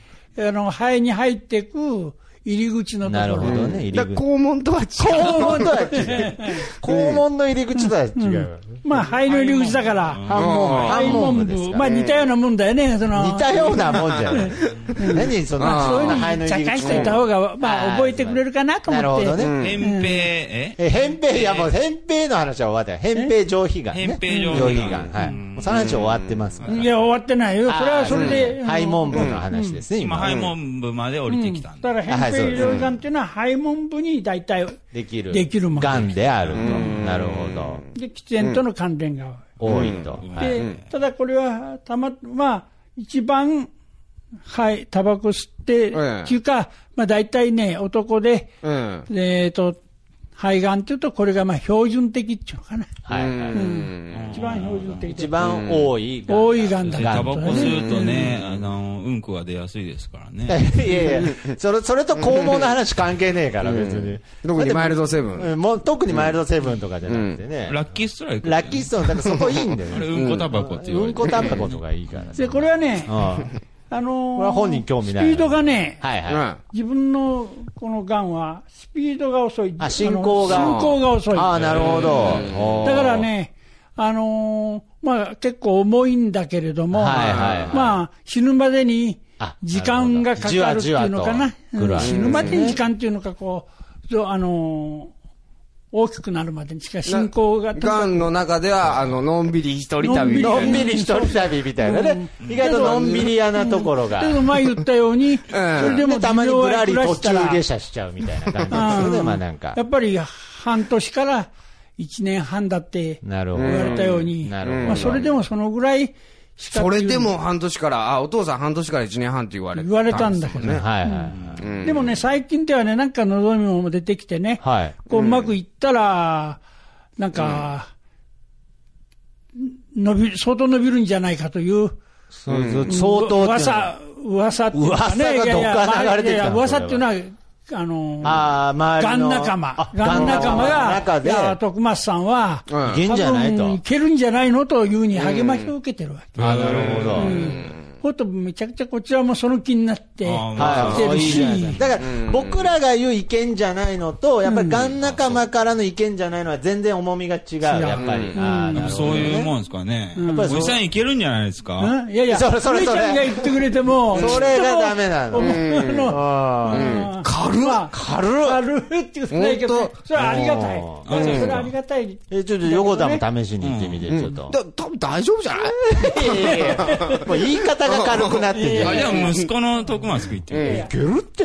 F: の肺に入っていく入り口のと
D: なる
F: こ
D: ほ
F: ろ。
D: どね、入り
E: だ
D: 口。
E: 肛門とは違
D: 肛門とは違う。肛門の入り口とは違う。
F: まあ、肺の入り口だから、
D: 半門、
F: 肺
D: 半門部
F: 門
D: です
F: 部。
D: か
F: まあ、
D: ら。
F: 似たようなもんだよね、その。
D: 似たようなもんじゃない。何その、
F: そういう
D: そ
F: ふ
D: んな肺
F: うに
D: の
F: 茶
D: 入り
F: 化
D: 口
F: しといた方が、
D: あ
F: ま
D: ー
F: あ、覚えてくれるかなと思
D: な
F: って。
D: るほどね。
G: 扁平、え
D: え、扁平、いやもう、扁平の話は終わったよ。扁平上皮がん、ね。
G: 扁平
D: 上皮
G: 上
D: が
G: 皮がん
D: ん。はい。もうその話終わってますから。
F: いや、終わってないよ。
D: あー
F: それはそれで。
D: うん
F: あの
D: 肺門部の話ですね、
G: 今、
D: 今。
G: 肺門部まで降りてきたんだ。
F: だから、扁平上がんっていうのは、肺門部に大体、
D: できる。
F: できるもん
D: がんであると。なるほど。
F: で、喫煙との関連が
D: 多いと。
F: 多い。
D: はい
F: で、ただこれは、たま、まあ、一番、はい、タバコ吸って、
E: え
F: っていうか、まあ、大体ね、男で、
E: うん。
F: えっと、肺がんっていうと、これがまあ、標準的っていうのかな。
D: はいはい。
F: 一番標準的で
D: 一番多いがん。
F: 多いがんだ
G: で
F: から
G: タバコ吸うとね、あの、うんこが出やすいですからね。
D: いやいや、それ、それと肛門の話関係ねえから、別に。
E: 特にマイルドセブン。
D: うんもう特にマイルドセブンとかじゃなくてね。
G: ラッキーストライク。
D: ラッキーストーン、だからそこいいんだよ
G: あれ、
D: ね。
G: うんこタバコって言わ
D: う
G: れ
D: ん
G: て
D: こ。
G: る
D: タバコとかいいから
F: で、
D: ね。
F: これはね、
D: うん
F: あのー
D: これは本人興味ない
F: スピードがね、
D: はい
E: うん
D: はい。
F: 自分のこのがんは、スピードが遅い。
D: あ進行が
F: あの進行が遅い。
D: ああ、
F: だ
D: なるほど。
F: からね、あのーまあ、結構重いんだけれども、
D: はいはいはい
F: まあ、死ぬまでに
D: あ
F: 時間が
D: な
F: かか
D: る
F: る
D: ほど
F: って
D: じ
F: い
D: わじわ
F: うの
D: と
F: かな。
D: 来るわけですね
F: うん死ぬまでに時間っていうのか、こう、そうあのー大きくなるまでにしか進行が。
E: がんの中では、あの、のんびり一人旅み
D: の
E: た
D: ん
E: いな。
D: びり一人旅みたいなね。意外とのんびり屋なところが。
F: けど、前言ったように、それで
D: で
F: も
D: たまにぶらり
F: 寿命
D: 途
F: は暮
D: 中
F: らした
D: 下車
F: ら
D: しちゃうみたいな感じですよね、
F: うん
D: まあなんか
F: や。っぱり半年から1年半だって
D: なるほど。
F: 言われたように、
D: なるほど
F: まあ、それでもそのぐらいしか
E: それでも半年から、あ、お父さん半年から一年半って言われ
F: 言われたんだけど、
D: はいは
F: うんでもね、最近ではね、なんか望みも出てきてね、
D: い。はい。
F: こううまくいったら、なんか、伸び相当伸びるんじゃないかという、
D: そうそう相当っていうのは
F: 噂、噂っていうかね、
D: 噂がどっから
F: まあ
D: 流れてきたの
F: いやいや噂っていうのは、あの
D: ああ、周
F: ガ
D: りの。
F: ン仲間
D: あ、
F: ガン仲間
D: ガン
F: が、
D: 中
F: いや、
D: で、
F: 徳松さんは、
E: うん
D: いけんじゃない
F: 多分
D: と
F: い。けるんじゃないのというふうに励ましを受けてるわけ。
D: あなるほど。
F: ほんと、めちゃくちゃこちらもその気になって、
G: あー
D: は
F: 来
D: い、
F: て
D: そう
F: る
D: いい
F: し
D: じゃないですか。だから、僕らが言う意見じゃないのと、やっぱりガン仲間からの意見じゃないのは全然重みが違う、やっぱり。ああなるほどね
G: そういうもんですかね。
D: っぱりそう
G: おじさんいけるんじゃないですか
F: うんいやいや、
D: それそれ
F: 上ちゃんが言ってくれても、
D: それがダメなの
F: きっとあの、
D: 軽っ軽っ
F: 軽いって言ってないけ
E: ほん
F: ど
E: と、
F: それはありがた
D: う
F: い。
D: ん
F: それはありがたい。
D: え、ちょっと横田も試しに行ってみて、ちょっと。
E: だ多分大丈夫じゃない
D: いやいやいやもう言い方が軽くなってんじゃ
G: あ、
D: ん。い
G: じゃあ息子の徳松君行ってみる。
D: けるって。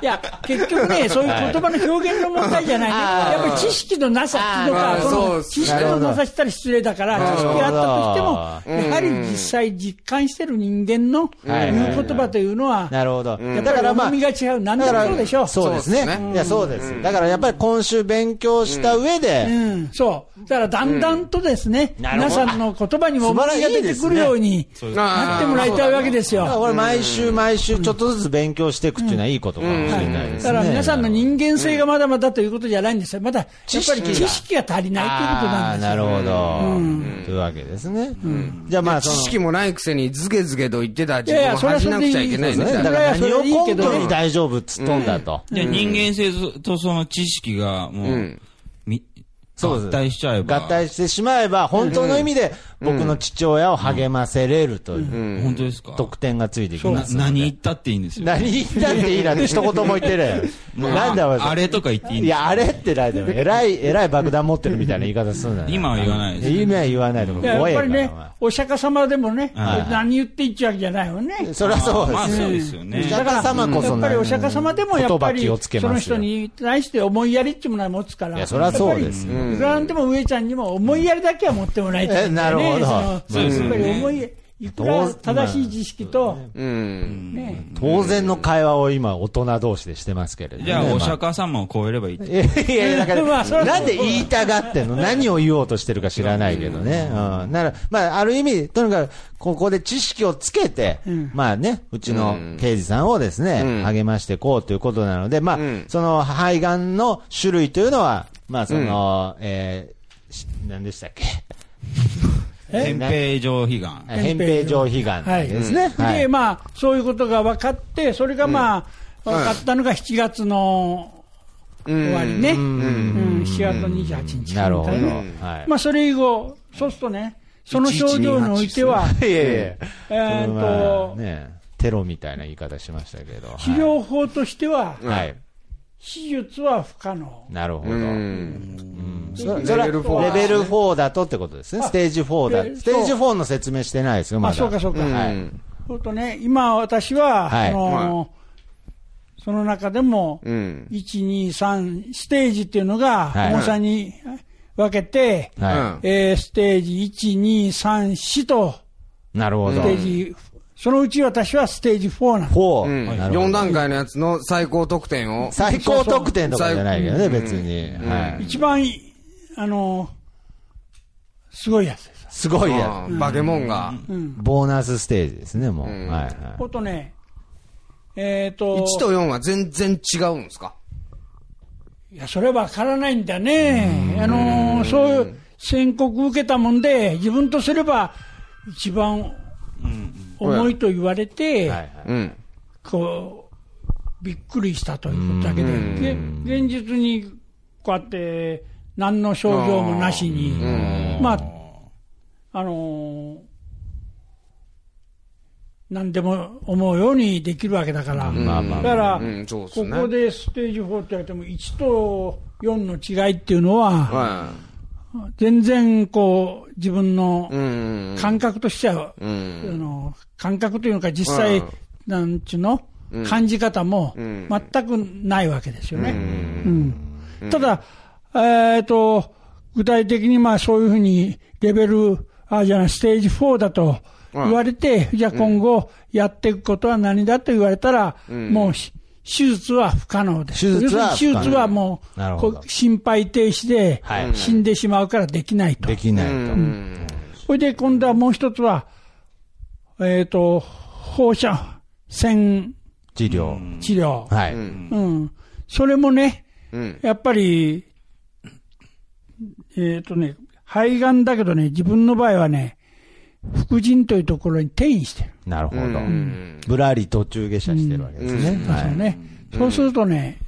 F: いや、結局ね、そういう言葉の表現の問題じゃないね。
D: はい
F: やっぱり知識のなさっていうの
E: あー
F: か、そ
E: そう
F: の
E: です
F: 知識のなさしたら失礼だから、知識があったとしても、やはり実際実感してる人間の
D: はい
F: 言う言葉というのは、
D: なるほど。だ
F: やっぱ
D: か
F: り
D: らまあ
F: 重み、が違う。何でもそうでしょ。
D: そうですね。いや、そうです。だからやっぱり今週勉強した上
F: う
D: で、
F: ん、そう。だからだんだんとですね、
D: なるほ
F: 皆
D: ど
F: さんの言葉にも重みが出てくるように
G: 晴らしいですね
F: なってもらいたいわけです
D: だから
F: よ。
D: 俺毎週毎週ちょっとずつ勉強していくっていうのはいいことかもしれないで
F: だ
D: すね。
F: から皆さんの人間性がまだまだということじゃないんですよ。まだ、やっ
D: 知
F: ぱ
D: 識
F: り
D: が
F: 知識が足りないということなんですよ。
D: あーなるほど、というわけですね。じゃあまあ、
E: 知
D: その
E: 識もないくせにズケズケと言ってた
F: い
E: 自
F: やい
E: 分を
F: や、そ
E: 恥じ
F: れはそ
E: なく
F: れで
E: ちゃい
F: い
E: け
F: い。
E: ない
F: そ
E: み
F: れ
E: たいな。
F: はそ
D: 何
F: れ
D: を
F: でいい
D: 根
F: けど
D: 拠、に大丈夫っつっとんだと。
G: じゃあ人間性とその知識がもう、み
D: そうです
G: 合体しちゃえば。
D: 合体してしまえば、本当の意味で僕の父親を励ませれるという
G: 本当ですか
D: 得点がついてきま
G: な
D: すので。
G: 何言ったっていいんですよ。
D: 何言ったっていいなんて一言も言ってないよ。なんだお前
G: あれとか言っていいん
D: い
G: です
D: や、あれってないでも、偉い、偉い爆弾持ってるみたいな言い方するんだよ。
G: 今は言わないです。
D: 今は言わないでも
F: いやや
D: 怖
F: っ
D: いから
F: ぱりね、お釈迦様でもね、
D: はい
F: 何言っていいっちゃうわけじゃないよね。
D: お前そりゃそう
G: まあ
D: で。
G: そうですすよね。
D: お釈迦様こそ
F: やっぱりお釈迦様でもやっぱり
D: 言葉気をつけますよ
F: その人に対して思いやりっていうものは持つから、
D: いやそりゃそうですよ
F: やっぱりいくらなんでも上ちゃんにも思いやりだけは持ってもらいたい、
D: えなるほど
F: その
G: うん
F: やっぱり思いいくら正しい知識と、
E: うん。
F: ね、
D: 当然の会話を今、大人同士でしてますけれどもね。
G: じゃあお
D: ま
G: 釈迦様を超えればいいって。
D: いやいやだから、
F: まあそれ は
D: なんで言いたがってんの何を言おうとしてるか知らないけどね。うん。なら、まあ、ある意味、とにかく、ここで知識をつけて、まあね、うちの刑事さんをですね、励ましていこうということなので、まあ、その肺がんの種類というのは、まあ、その、えーし何でしたっけ
G: 扁平上皮がん。
D: 扁平上皮がんですね。
F: で、まあ、そういうことが分かって、それがまあ、買ったのが7月の終わりね、うん、7月28日
D: なるほど。
F: みたい
D: はい。
F: まあ、それ以後、そうするとね、その症状においては、
D: いやいやいや
F: えーっ
D: そのまあ
F: と、
D: ね、テロみたいな言い方しましたけど。
F: 治療法としては、
D: はい。はい。
F: 手術は不可能。
D: なるほど。そ
F: レ
D: それは
F: ベルフォー
D: レベル4だとってことですね。ステージ4
F: で
D: だ。ステージ4の説明してないですよ、ま
F: あ、
D: だ。
F: そうかそうか。
D: はい。
F: そうとね、今私は、
D: はい
F: あのその中でも、
E: うん。
F: 1、2、3、ステージっていうのが、
D: はい
F: 重さに分けて、
D: は
F: えーステージ1、2、3、4と、
D: い。なるほど。
F: ステージ、そのうち私はステージ4なんです。
D: 4。なるほど
E: 4段階のやつの最高得点を。
D: 最高得点とかじゃないけどね、別に。はい。
F: 一番い、あのすごいやつです。
D: すごいや
E: うんバケモンが。
D: ボーナスステージですね、もう。はいはい。
F: ほとね、えっ、と、
E: 1と4は全然違うんですか
F: いや、それは分からないんだね。あのそういう宣告受けたもんで、自分とすれば一番重いと言われて、
D: はいはい
E: うん。
F: こう、びっくりしたということだけで、で現実にこうやって、何の症状もなしに、まあ、あのー何でも思うようにできるわけだから、
D: まあまあ
F: だから、
E: うん、そうです
F: こ
E: ね。
F: こでステージ4って言われても、1と4の違いっていうのは、
E: は
F: 全然こう、自分の
E: い。うん。
F: 感覚としては、
E: うん。
F: あの感覚というのか、実際
E: うん、
F: なんちゅうの、感じ方も
E: ん
F: 全くないわけですよね。うんただ、えーと、具体的にまあそういうふうにレベル、あじゃない、ステージ4だと言われて、じゃあ今後やっていくことは何だと言われたら、もうし手術は不可能です。
D: 手術は
F: 要するに手術はも
D: 不可能なる
F: う
D: ほ
F: こ
D: ど
F: う心肺停止で
D: はい
F: 死んでしまうからできないと。
D: できないと。
F: それで今度はもう一つは、えっ、と、放射線
D: 治療。
F: 治療。
D: はい。
F: うん。それもね、
E: うん。
F: やっぱり、えっ、とね、肺がんだけどね、自分の場合はね、副腎というところに転移してる。
D: なるほど。ぶらり途中下車してるわけですね。
F: そう
D: は
F: す
D: い
F: よね。そうするとね、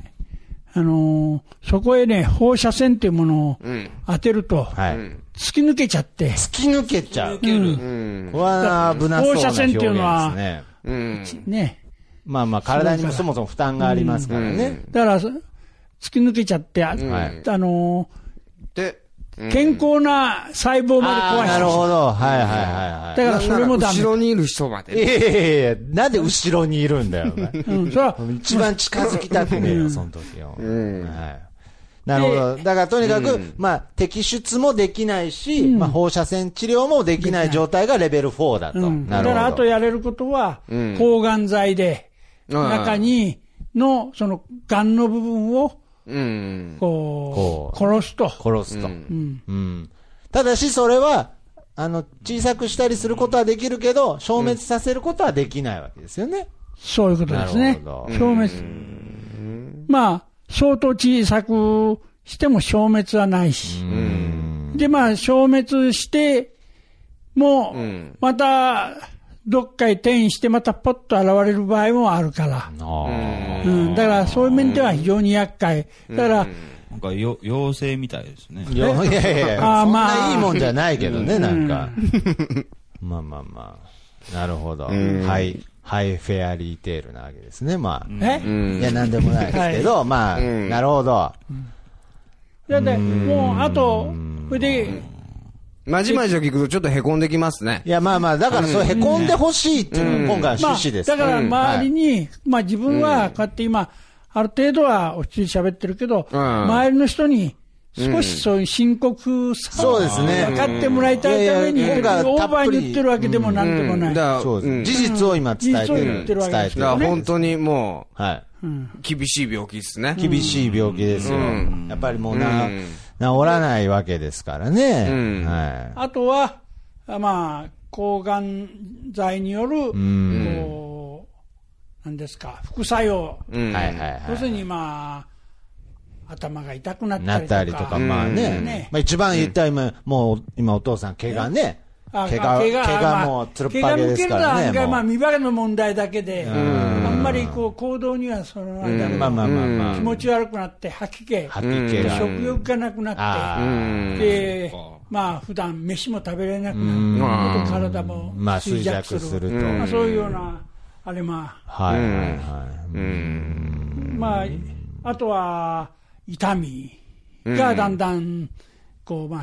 F: あのーそこへね、放射線というものを
E: うん。
F: 当てると、
D: はい。
F: 突き抜けちゃって、
D: 突き抜けちゃう。
E: う
D: うわー危なそうな表現ですね。
E: ん。
F: ね、
D: まあまあ、体にもそもそも負担がありますからね。
F: だから、突き抜けちゃって、あ,、
D: はい
F: の
E: で、
F: ー、健康な細胞まで壊し
D: な
F: て
D: る
F: る
D: ほど。はいはいはい
F: だ
E: だ
F: からそれもダメ
E: 後。ろにいる人ま
D: はい。い
E: で。
D: やいやいやなんで後ろにいるんだよ、お前
F: うん、それは、
D: 一番近づきたくねえよ、その時よ。はいなるほど。だからとにかく、まあ、摘出もできないし、まあ、放射線治療もできない状態がレベル4だと。
F: うん、
D: な
F: だ
D: る
F: からあ
D: ほ
F: と
D: ど。
F: やれることは、抗がん剤で、中にの、その、がんの部分を、
E: うん。
F: こう、
D: こ
F: 殺すと。
D: 殺すと。
F: うん。
D: うん。ただし、それは、あの、小さくしたりすることはできるけど、消滅させることはできないわけですよね。
F: そういうことですね。
D: なるほど
F: 消滅。まあ、相当小さくしても消滅はないし。で、まあ、消滅しても、また、どっかへ転移して、またポッと現れる場合もあるから。
D: あ
F: うん、だから、そういう面では非常に厄介。だから、
G: なんかよ、妖精みたいですね
D: あ。。いや いやいや、
F: あー
D: そん
F: まあ
D: ないいもんじゃないけどね、なんか。 まあまあまあ。なるほど。ハイ、ハイフェアリーテールなわけですね、まあ。
F: え
D: いや、なんでもないですけど、まあ、なるほど。
F: だって、もう、あと、それで、
E: まじまじと聞くとちょっと凹んできますね
D: い。や、まあまあ、だから、それ、へこんでほしいっていうのが今回の
F: まあ
D: 趣旨、です。
F: だから周り
D: に。
F: に、まあ自分はこうやって今、ある程度は落ち着いて喋ってるけど、
E: うん
F: 周りの人に少しそういう深刻さを
D: そうですね
F: 分かってもらいたいために、
D: うんいやいやなんか
F: オ
D: た
F: ー
D: っ
F: バー
D: ぷり
F: に言ってるわけでもなんでもない。
E: だから、う
D: そう
E: ん
D: で
E: だ
D: す。事実を今伝えて
F: 事実を言
D: る。
F: ってるわけ
D: 伝え
F: です
D: て
F: よ
D: る
E: から。本当にも
D: はい。
E: う、厳しい病気ですね。
D: 厳しい病気ですよ。やっぱりもうな、
E: うん
D: 治らないわけですからね。
E: うん
D: は
F: あとは、あまあ、抗がん剤による、
D: ん
F: こう、なんですか、副作用。
D: い。はいはい
F: 要する
D: は。
F: にまあ、頭が痛くない
D: な
F: っ
D: った
F: た
D: り
F: りと
D: と
F: か。
D: か、まあね
F: ね。
D: まあ一番言った今、もう今お父さん、怪我ね。
F: あ
D: 怪我、怪
F: まあ
D: 我もうつるっぱげですから
F: 怪我
D: ね。
F: 抜けるのは案外まあ
D: もう
F: 見栄えの問題だけで、あんままりこう行動にはその間
D: まあまあまあまあ。
F: 気持ち悪くなって吐き気、
D: 吐き気が。
F: 食欲がなく
D: あ
F: なっ
D: ー
F: て、で、まあ普段飯も食べれなくなって、体も
D: まあ
F: 衰弱する、
D: 衰弱すると
F: まあ、そういうような、あれまあ、
D: はいはいはい。
F: まあ、あとは痛みがだんだんこう、まあ、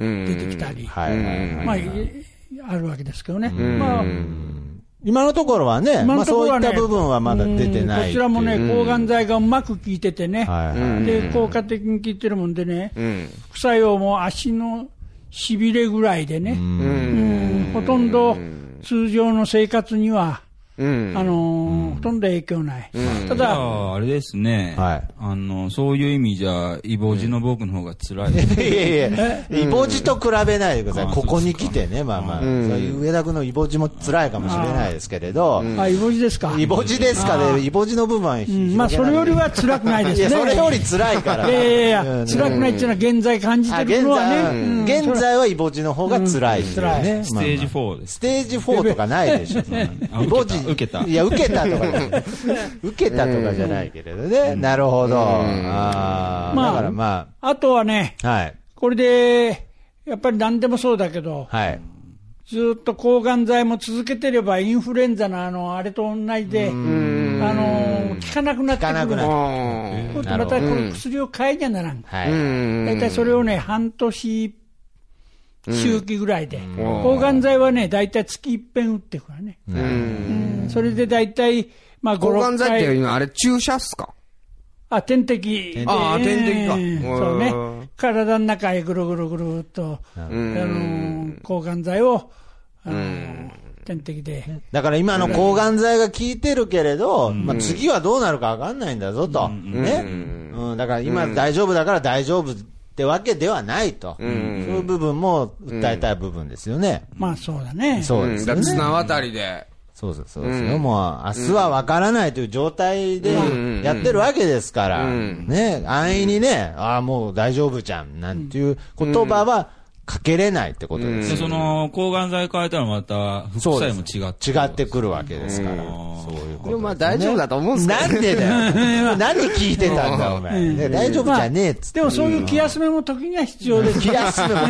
F: 出てきたり、
D: はいはいはい
F: まあ、いあるわけですけどね、まあ、
D: 今のところはね、
F: 今
D: ま
F: の
D: あ
F: とこ
D: そう
F: ろ
D: い
F: は
D: っ
F: ね、
D: た部分はまだ出てない
F: うんこちらもね、
D: っていう
F: 抗がん剤がうまく効いててね、
D: はいはい
F: で効果的に効いてるもんでね、副作用も足のしびれぐらいでね、うんほとんど通常の生活には、あのーほとんど影響ない。た
G: じゃ
F: だ
G: あ、あれですね。
D: はい
G: あの、そういう意味じゃ、イボジの僕の方が 辛い。
D: いやいや、イボジと比べないでください、
G: あ
D: ここに来てね、まあまあ、そういう上田君のイボジも辛いかもしれないですけれど、
F: あ、イボジです か。
D: イボジですかね、イボジの部分は、
F: うんまあ、それよりは辛くないで
D: いや、
F: すね。
D: それより辛いから、
F: いやいやいや
D: うん
F: 辛くないっていうのは現在感じ
D: あ
F: て
D: 現
F: るのはね
D: 在、
F: うん
D: 現在はイボジの方が辛いっていう
F: うん辛い
D: ね、
G: ス
D: まあまあ
G: テージ4です。
D: ステージ4とかないでしょ、そんな
G: あ
D: イボジ
G: 受けた受けた
D: いや、受けたとかじゃ ない、受けたとかじゃないけれどね、なるほど、あー
F: ま
D: だ
F: あ
D: からま
F: あとはね、
D: あ、はい、
F: これで、やっぱり何でもそうだけど、
D: はい、
F: ずっと抗がん剤も続けてれば、インフルエンザのあのあれと同じで、あの効かなくなって
D: 効かな
F: く
D: く
F: る
D: なる
F: そうす
D: な
F: る
D: る
F: とま
D: ほど
F: たこれ薬を変えにゃならん、
D: はい。
F: 大体それをね、半年周期ぐらいで、抗がん剤はね、大体月いっぺん打っていくからね、うんそれで大体、まあ、5、
E: 抗がん
F: 6
E: 剤っていう
F: 回、
E: のはあれ注射っすか
F: あ点滴、
E: ああ点滴か
F: うんそう
E: う
F: ね、体の中へぐるぐるぐるっと、あのー抗がん剤を、あのー点滴で。
D: だから今の抗がん剤が効いてるけれど、まあ、次はどうなるか分かんないんだぞと、ねうん、だから今、大丈夫だから大丈夫ってわけではないと、そういう部分も訴えたい部分ですよね、
F: まあそうだね。
D: そう
E: う
D: で
E: ん。
D: す
E: だか
D: よ
E: ら
D: ね、
E: 綱渡りで。
D: そうですそうですよ、もう明日は分からないという状態でやってるわけですから、ね、安易にね、ああ、もう大丈夫じゃんなんていう言葉はかけれないってことですよね
G: でその、抗がん剤変えたらまた、副
D: そう
G: 作
D: で
G: 用
D: す
G: も違って。
D: 違ってくるわけですから、そういうこと
E: でもまあ大丈夫だと思うんですけどね
D: なんでだ よ。何聞いてたんだ、お前。ね大丈夫じゃねえっつって。
F: でもそういう気休めも時には必要です。
D: 気休 めも、も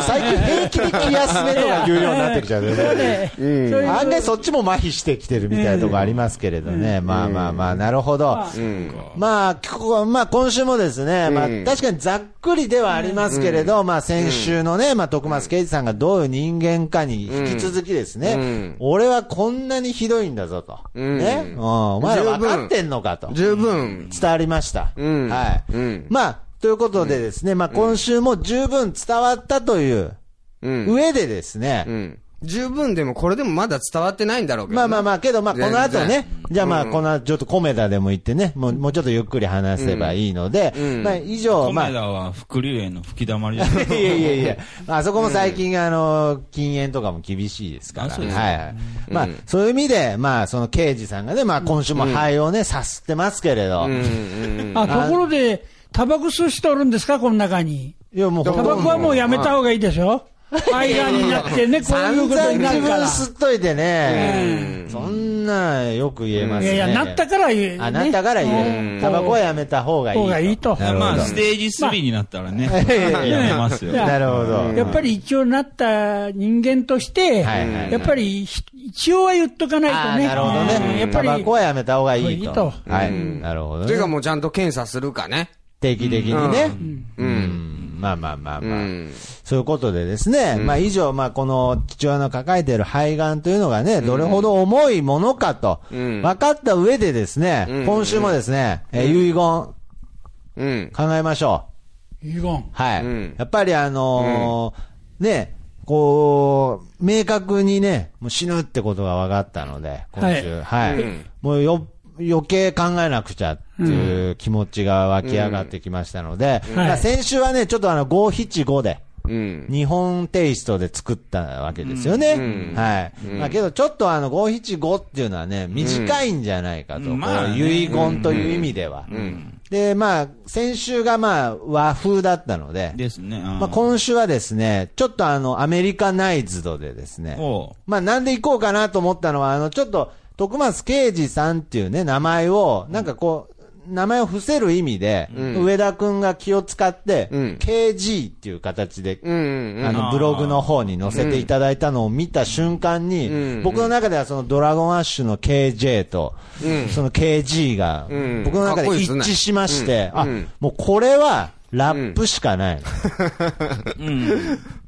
D: う最近平気で気休めとか言うようになってき ちゃう
F: それはね
D: ね。
F: それで
D: 案外そっちも麻痺してきてるみたいなとこありますけれどね。まあまあまあ、なるほど。まあ、ここまあ今週もですね、まあ確かにざっくりではありますけれど、まあ先週のね、まあ徳松圭司さんがどういう人間かに引き続きですね、俺はこんなにひどいんだぞと。ね。うんお前ら分かってんのかと。
E: 十分。
D: 伝わりました。はい、まあ、ということでですね、まあ今週も十分伝わったという
E: うん。
D: 上でですね、
E: うん。十分でもこれでもまだ伝わってないんだろうけど。
D: まあまあまあ、けどまあこの後
E: 全然
D: ね、じゃあまあこの後ちょっとコメダでも行ってね、もうもうちょっとゆっくり話せばいいので、まあ以上、
G: コ
D: まあ、
G: メ
D: い
G: ダは、副流炎の吹き溜まりじゃない
D: や いやいや、あそこも最近、あの、禁煙とかも厳しいですから、
G: あそ
D: はい
G: うですか
D: はい。まあ、そういう意味で、まあ、その刑事さんがね、まあ今週も灰をね、さすってますけれど、
F: あ、ところで、タバコ吸う人おるんですかこの中に。
D: いやもう
F: タ
D: 本当
F: バコはもうやめた方がいいでしょ肺がんになってね、こうい
D: 散
F: うこ
D: 々
F: とにな
D: 自
F: るか
D: 分
F: ら。
D: 吸っといてね、そんなよく言えます
F: い
D: ね。
F: やいや、なったから言え。
D: あ、なったから言
F: う
D: え
F: ん
D: る。タバコはやめた方がいい。
F: 方がいい と。
D: なるほ
G: まあ、
D: ど
G: ステージ3になったらね、
D: やいや
G: やめますよ。
F: いや
D: なるほど。
F: やっぱり一応なった人間として、
D: はいはい
F: やっぱりひ一応は言っとかない
D: あ
F: と
D: ー
F: ね。
D: なるほど
F: うん
D: ね。
F: やっぱ
D: タバ
F: り
D: コ、はやめた方がいい
F: いい
D: と
F: と。
D: はい。なるほど
E: ていうか
D: ね。
E: もうちゃんと検査するかね。
D: 定期的にね。うんまあまあまあまあ。そういうことでですね、まあ以上、まあこの父親の抱えている肺がんというのがね、どれほど重いものかと、分かった上でですね、今週もですね、えー遺言考
E: うん。
D: えましょう。
F: 遺言。
D: はい。
E: うん
D: やっぱりあのーね、こう、明確にね、もう死ぬってことが分かったので、今週。はい。もうよ、余計考えなくちゃっていう気持ちが湧き上がってきましたので、
F: ん
D: ま
F: は
D: あ、
F: い
D: 先週はね、ちょっとあの、五七五で、
E: うん。
D: 日本テイストで作ったわけですよね。はい。まあけど、ちょっとあの、五七五っていうのはね、短いんじゃないかと。
G: うん
D: こ
G: まあ
D: う
G: ね
D: 遺言という意味では。で、まあ、先週がまあ、和風だったので、
G: ですね。
D: まあ、今週はですね、ちょっとあの、アメリカナイズドでですね、
G: おう
D: まあ、なんで行こうかなと思ったのは、あの、ちょっと、徳松啓二さんっていうね、名前を、なんかこう、名前を伏せる意味で、上田くんが気を使って、
E: ん
D: KG っていう形で、
E: うんうん
D: あの、ブログの方に載せていただいたのを見た瞬間に、僕の中ではそのドラゴンアッシュの KJ と、その KG が、
E: ん
D: 僕の中
E: かっこ
D: で
E: いいっ
D: 一
E: すね
D: 致しまして、
E: うん
D: あ
E: うん、
D: もうこれは、ラップしかない。
G: うん。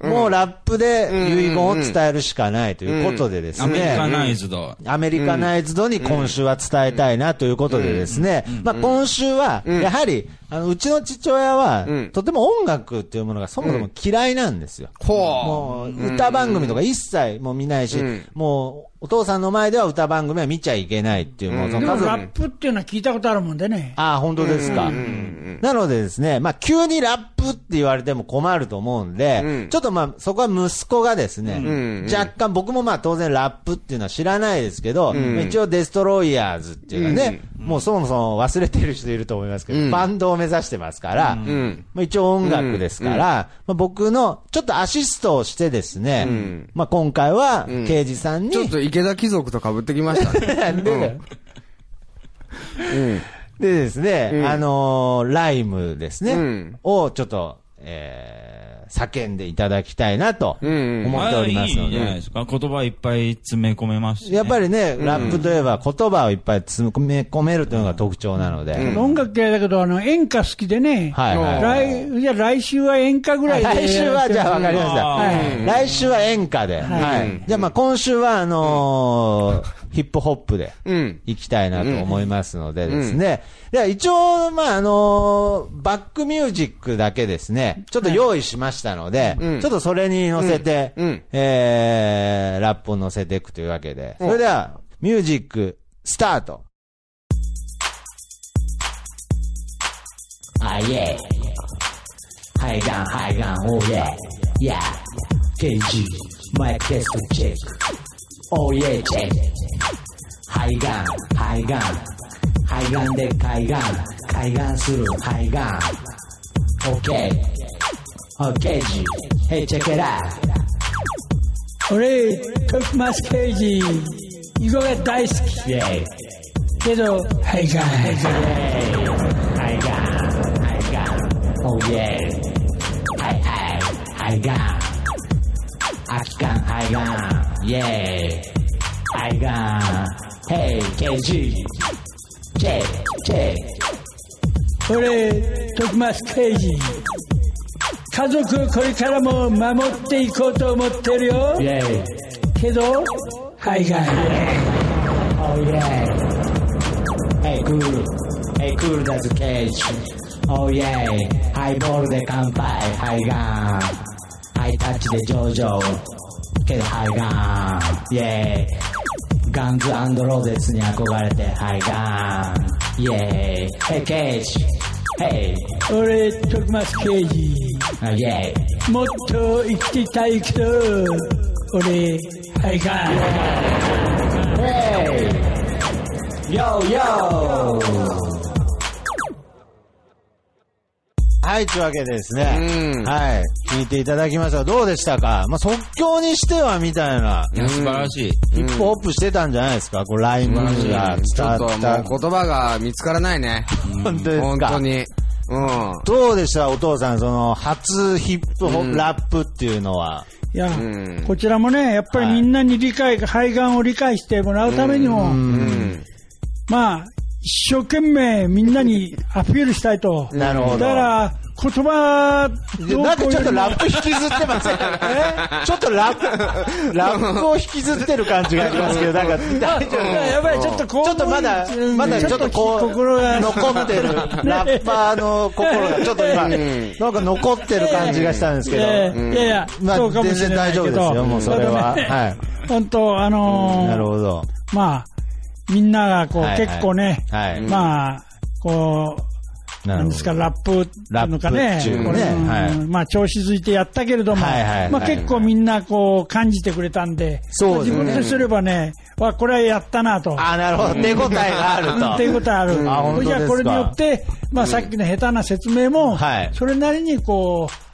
D: もうラップで遺言を伝えるしかないということでですね。
G: アメリカナイズド。
D: アメリカナイズドに今週は伝えたいなということでですね、まあ今週は、やはり、あの、うちの父親は
E: ん、
D: とても音楽っていうものがそもそも嫌いなんですよ。もう、歌番組とか一切もう見ないし
E: ん、
D: もう、お父さんの前では歌番組は見ちゃいけないっていう、もうそ
F: で
D: の
F: も
D: 家
F: ラ
D: 族
F: ップっていうのは聞いたことあるもんでね。
D: ああ、本当ですか。なのでですね、まあ、急にラップって言われても困ると思うんで、
E: うん
D: ちょっとまあ、そこは息子がですね、
E: ん
D: 若干、僕もまあ、当然ラップっていうのは知らないですけど、一応デストロイヤーズっていうかね、もうそもそも忘れてる人いると思いますけど、
E: うん
D: バンドを目指してますから、
E: ん
D: まあ、一応音楽ですから、まあ、僕のちょっとアシストをしてですね、
E: ん
D: まあ、今回は、刑事さんに、
E: ちょっと池田貴族と被ってきましたね。
D: なんでだよでですね、
E: ん
D: あのーライムですね、
E: うん
D: をちょっと、えー、叫んでいただきたいなと
E: んうん
D: 思っておりますの
G: あいい
D: で。
G: じゃないですか。言葉いっぱい詰め込めますし、ね。
D: やっぱりね、ラップといえば言葉をいっぱい詰め込めるというのが特徴なので。
F: 音楽嫌いだけど、あの、演歌好きでね。
D: はいはい
F: 来、じゃあ来週は演歌ぐらいで。
D: 来週は、じゃあ分かりました。
G: はい
D: はい来週は演歌で。はいじゃあまあ今週は、あのーヒップホップで
E: うん。
D: 行きたいなと思いますのでですね。では一応、まあ、あのーバックミュージックだけですね、ちょっと用意しましたので、
E: うん
D: ちょっとそれに乗せて、
E: うんうん
D: えー、ラップを乗せていくというわけで。それでは、ミュージック、スタート。
H: あいえ。肺がん、肺がん、おいえ。いや。ケージ、マイテストチェック。おいえ、チェック。肺がん、肺がん。肺がんで海岸、海岸する肺がん。オッケー。オッケージ、ヘイチェケラ
F: 俺、徳松刑事、囲碁が大好き。
H: イェイ。
F: けど、はいかい。
H: 海岸、海岸、おいえ。はいはい、海岸。空き缶海岸、イェイ。海岸、ヘイ、KG。チェック、チェッ
F: 俺、徳松刑事、家族をこれからも守っていこうと思ってるよ
H: ク、イ。ェイ。
F: けど、はいかい。
H: Oh yeah. Hey cool. Hey cool だぜケージ。Oh yeah. ハイボールで乾杯。ハイガン。ハイタッチで上々。けどハイガン。Yeah. ガンズローゼスに憧れてハイガン。Yeah. Hey ケージ。Hey.
F: 俺、徳松刑事、
H: Ah, yeah.
F: もっと生きていたいけど、俺、はいかい。
H: Hey. Yo yo.
D: はい、というわけでですね。
E: うん
D: はい。聞いていただきましたが、どうでしたかまあ、即興にしてはみたいな、
G: いや、素晴らしい。
D: ヒップホップしてたんじゃないですかこう、ライムが伝わ
E: ちょっともう
D: った。
E: 言葉が見つからないね。
D: 本当ですか
E: 本当に。うん。
D: どうでしたお父さん、その、初ヒップホ、
E: うん
D: ラップっていうのは。
F: いや、
E: ん
F: こちらもね、やっぱりみんなに理解、肺がんを理解してもらうためにも、
E: うん。
F: まあ、一生懸命みんなにアピールしたいと。
D: なるほど
F: だから、言葉どう
D: なん
F: こ
D: か
F: う
D: ちょっと
F: よりも
D: ラップ引きずってま せんちょっとラップ、ラップを引きずってる感じがありますけど、なんか、大丈夫
F: やばい、ちょっとこう。
D: ちょっとまだ
F: う、ん
D: まだちょっとこう、
F: 心が。
D: 残ってる、ラッパーの心が、ちょっと今、なんか残ってる感じがしたんですけ
F: い
D: ど、
F: やいやいやいや、
D: まあ
F: そうかもしれないけど。
D: 全然大丈夫ですよもうそれは
F: ただね
D: はい
F: 本当、あのー
D: なるほど。
F: まあ、みんながこう、
D: はいはい
F: 結構ね、
D: はい
F: まあ、こう、
D: な
F: なんですか、ラップっていうのか
D: ラッ
F: ね
D: プっていうね
F: これうん
D: はい
F: まあ調子づいてやったけれども、
D: はいはいはい
F: まあ結構みんなこう感じてくれたんで、
D: そうですね
F: まあ自分とすればね、わこれはやったなと。
D: あ、なるほど。手応えがあると。
F: っていうことはある。
D: あ本当ですか
F: じゃあこれによって、まあさっきの下手な説明も、
D: はい
F: それなりにこう、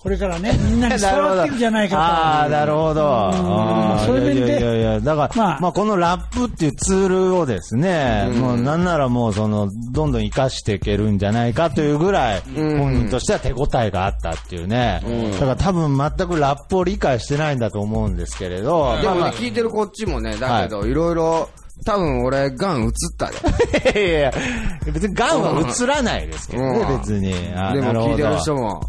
F: これからね、み んなに伝わっていくじゃない
D: あ
F: か
D: あ、なるほど。あー
F: それでね
D: いやいやいや、だから、まあ、
F: まあ
D: このラップっていうツールをですね、もうなんならもうその、どんどん活かしていけるんじゃないかというぐらい、本人としては手応えがあったっていうね。だから多分全くラップを理解してないんだと思うんですけれど、
E: でもね
D: まあ、
E: 聞いてるこっちもね、だけど、いろいろ、多分俺、ガン映ったで。
D: いやいやいや、別にガンは映らないですけどね、
E: うん
D: 別に。あー
E: で
D: なる
E: も聞
D: ほど
E: いてる人も、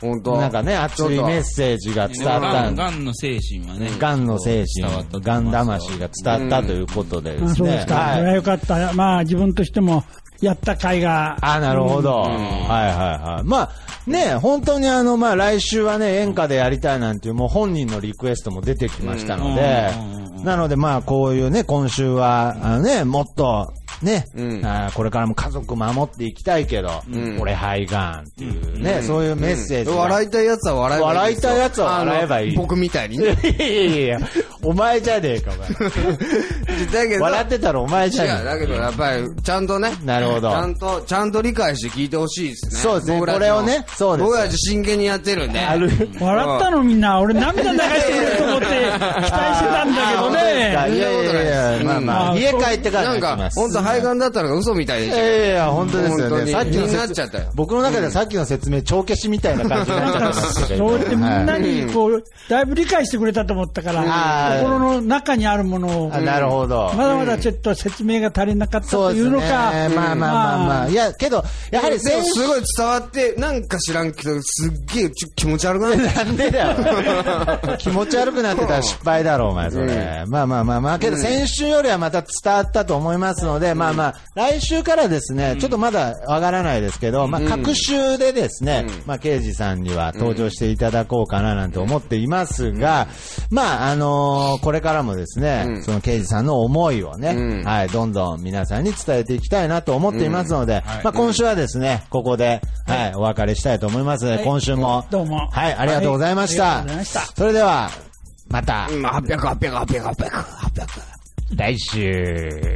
E: 本当
D: なんかね、熱いメッセージが伝わった
G: ガン
D: んで
G: ガンの精神はね。
D: ガンの精
G: 伝わったと
D: 神、
G: 思いま
D: ガ
G: すよ
D: ン魂が伝わったということで
F: ら。
D: で
F: あ
D: す
F: そうで
D: ね
F: す。か。それは
D: はい。
F: よかった。まあ自分としても、やった甲斐が。
D: あ、なるほど。はいはいはい。まあね、本当にあの、まあ来週はね、演歌でやりたいなんていう、もう本人のリクエストも出てきましたので
G: うんうんう、ん
D: なのでまあこういうね、今週は、あのね、もっと、ね、
E: うん
D: あーこれからも家族守っていきたいけど、
E: ん
D: 俺肺がんっていうね、そういうメッセージが。
E: 笑いたいやつは笑えばいい。
D: 笑いたいやつは笑えばいい
E: あの僕みたいに
D: い
E: ね。
D: やいやいやいや、お前じゃねえか、お前。
E: だけど、
D: 笑ってたらお前
E: い
D: じゃ
E: や、
D: ん。
E: だけどやっぱり、ちゃんとね。
D: なるほど
E: ちゃんと、ちゃんと理解して聞いてほしいですね。
D: そうですね
E: 僕ら
D: これをねそうです
E: 僕ら真剣にやってるんで。
D: ある。
F: 笑ったのみんな。俺涙流してくれると思って期待してたんだけど
D: あー
F: ね。
D: あーいやいやいや、まあまあ、
F: うん
D: 家帰ってから
E: なん
D: に行
E: か
D: きま、す。
E: 本当肺がんだったのが嘘みたいで
D: い
E: したよ
D: やいやいや、本当です
E: 本
D: よ
E: 当
D: ね。
E: に
D: さっきの
E: 気になっ
D: 説
E: ちゃったよ
D: 僕の中ではさっきの説明、帳消しみたいな感じになっちゃってましたけど。
F: そうやってみんな
D: はい
F: にこう、だいぶ理解してくれたと思ったか
D: あー
F: ら、心の中にあるものを、
D: あなるほど。
F: まだまだちょっと説明が足りなかった
D: そ
F: と
D: うで
F: いう
D: すね。
F: のか、
D: まあまあまあまあ。いや、けど、やはり
E: で
D: 選
E: も
D: 手
E: すごい伝わって、なんか知らんけど、すっげえちょ気持ち悪くなった。
D: なんでだよ。気持ち悪くなってたら失敗だろ、お前、それ。まあまあまあまあ、けど先週よりはまた伝わったと思いますので、まあまあ、来週からですね、ちょっとまだわからないですけど、まあ、各週でですね、まあ、刑事さんには登場していただこうかななんて思っていますが、まあ、あのーこれからもですね、その刑事さんの思いをね、はい、どんどん皆さんに伝えていきたいなと思っていますので、まあ、今週はですね、ここで、はい、お別れしたいと思いますので、
F: い
D: 今週も、
F: どうも
D: はい、ありがとうございました。
F: はいありがとうございました
D: それでは、また、
E: 800、800、800、800。
D: 来週。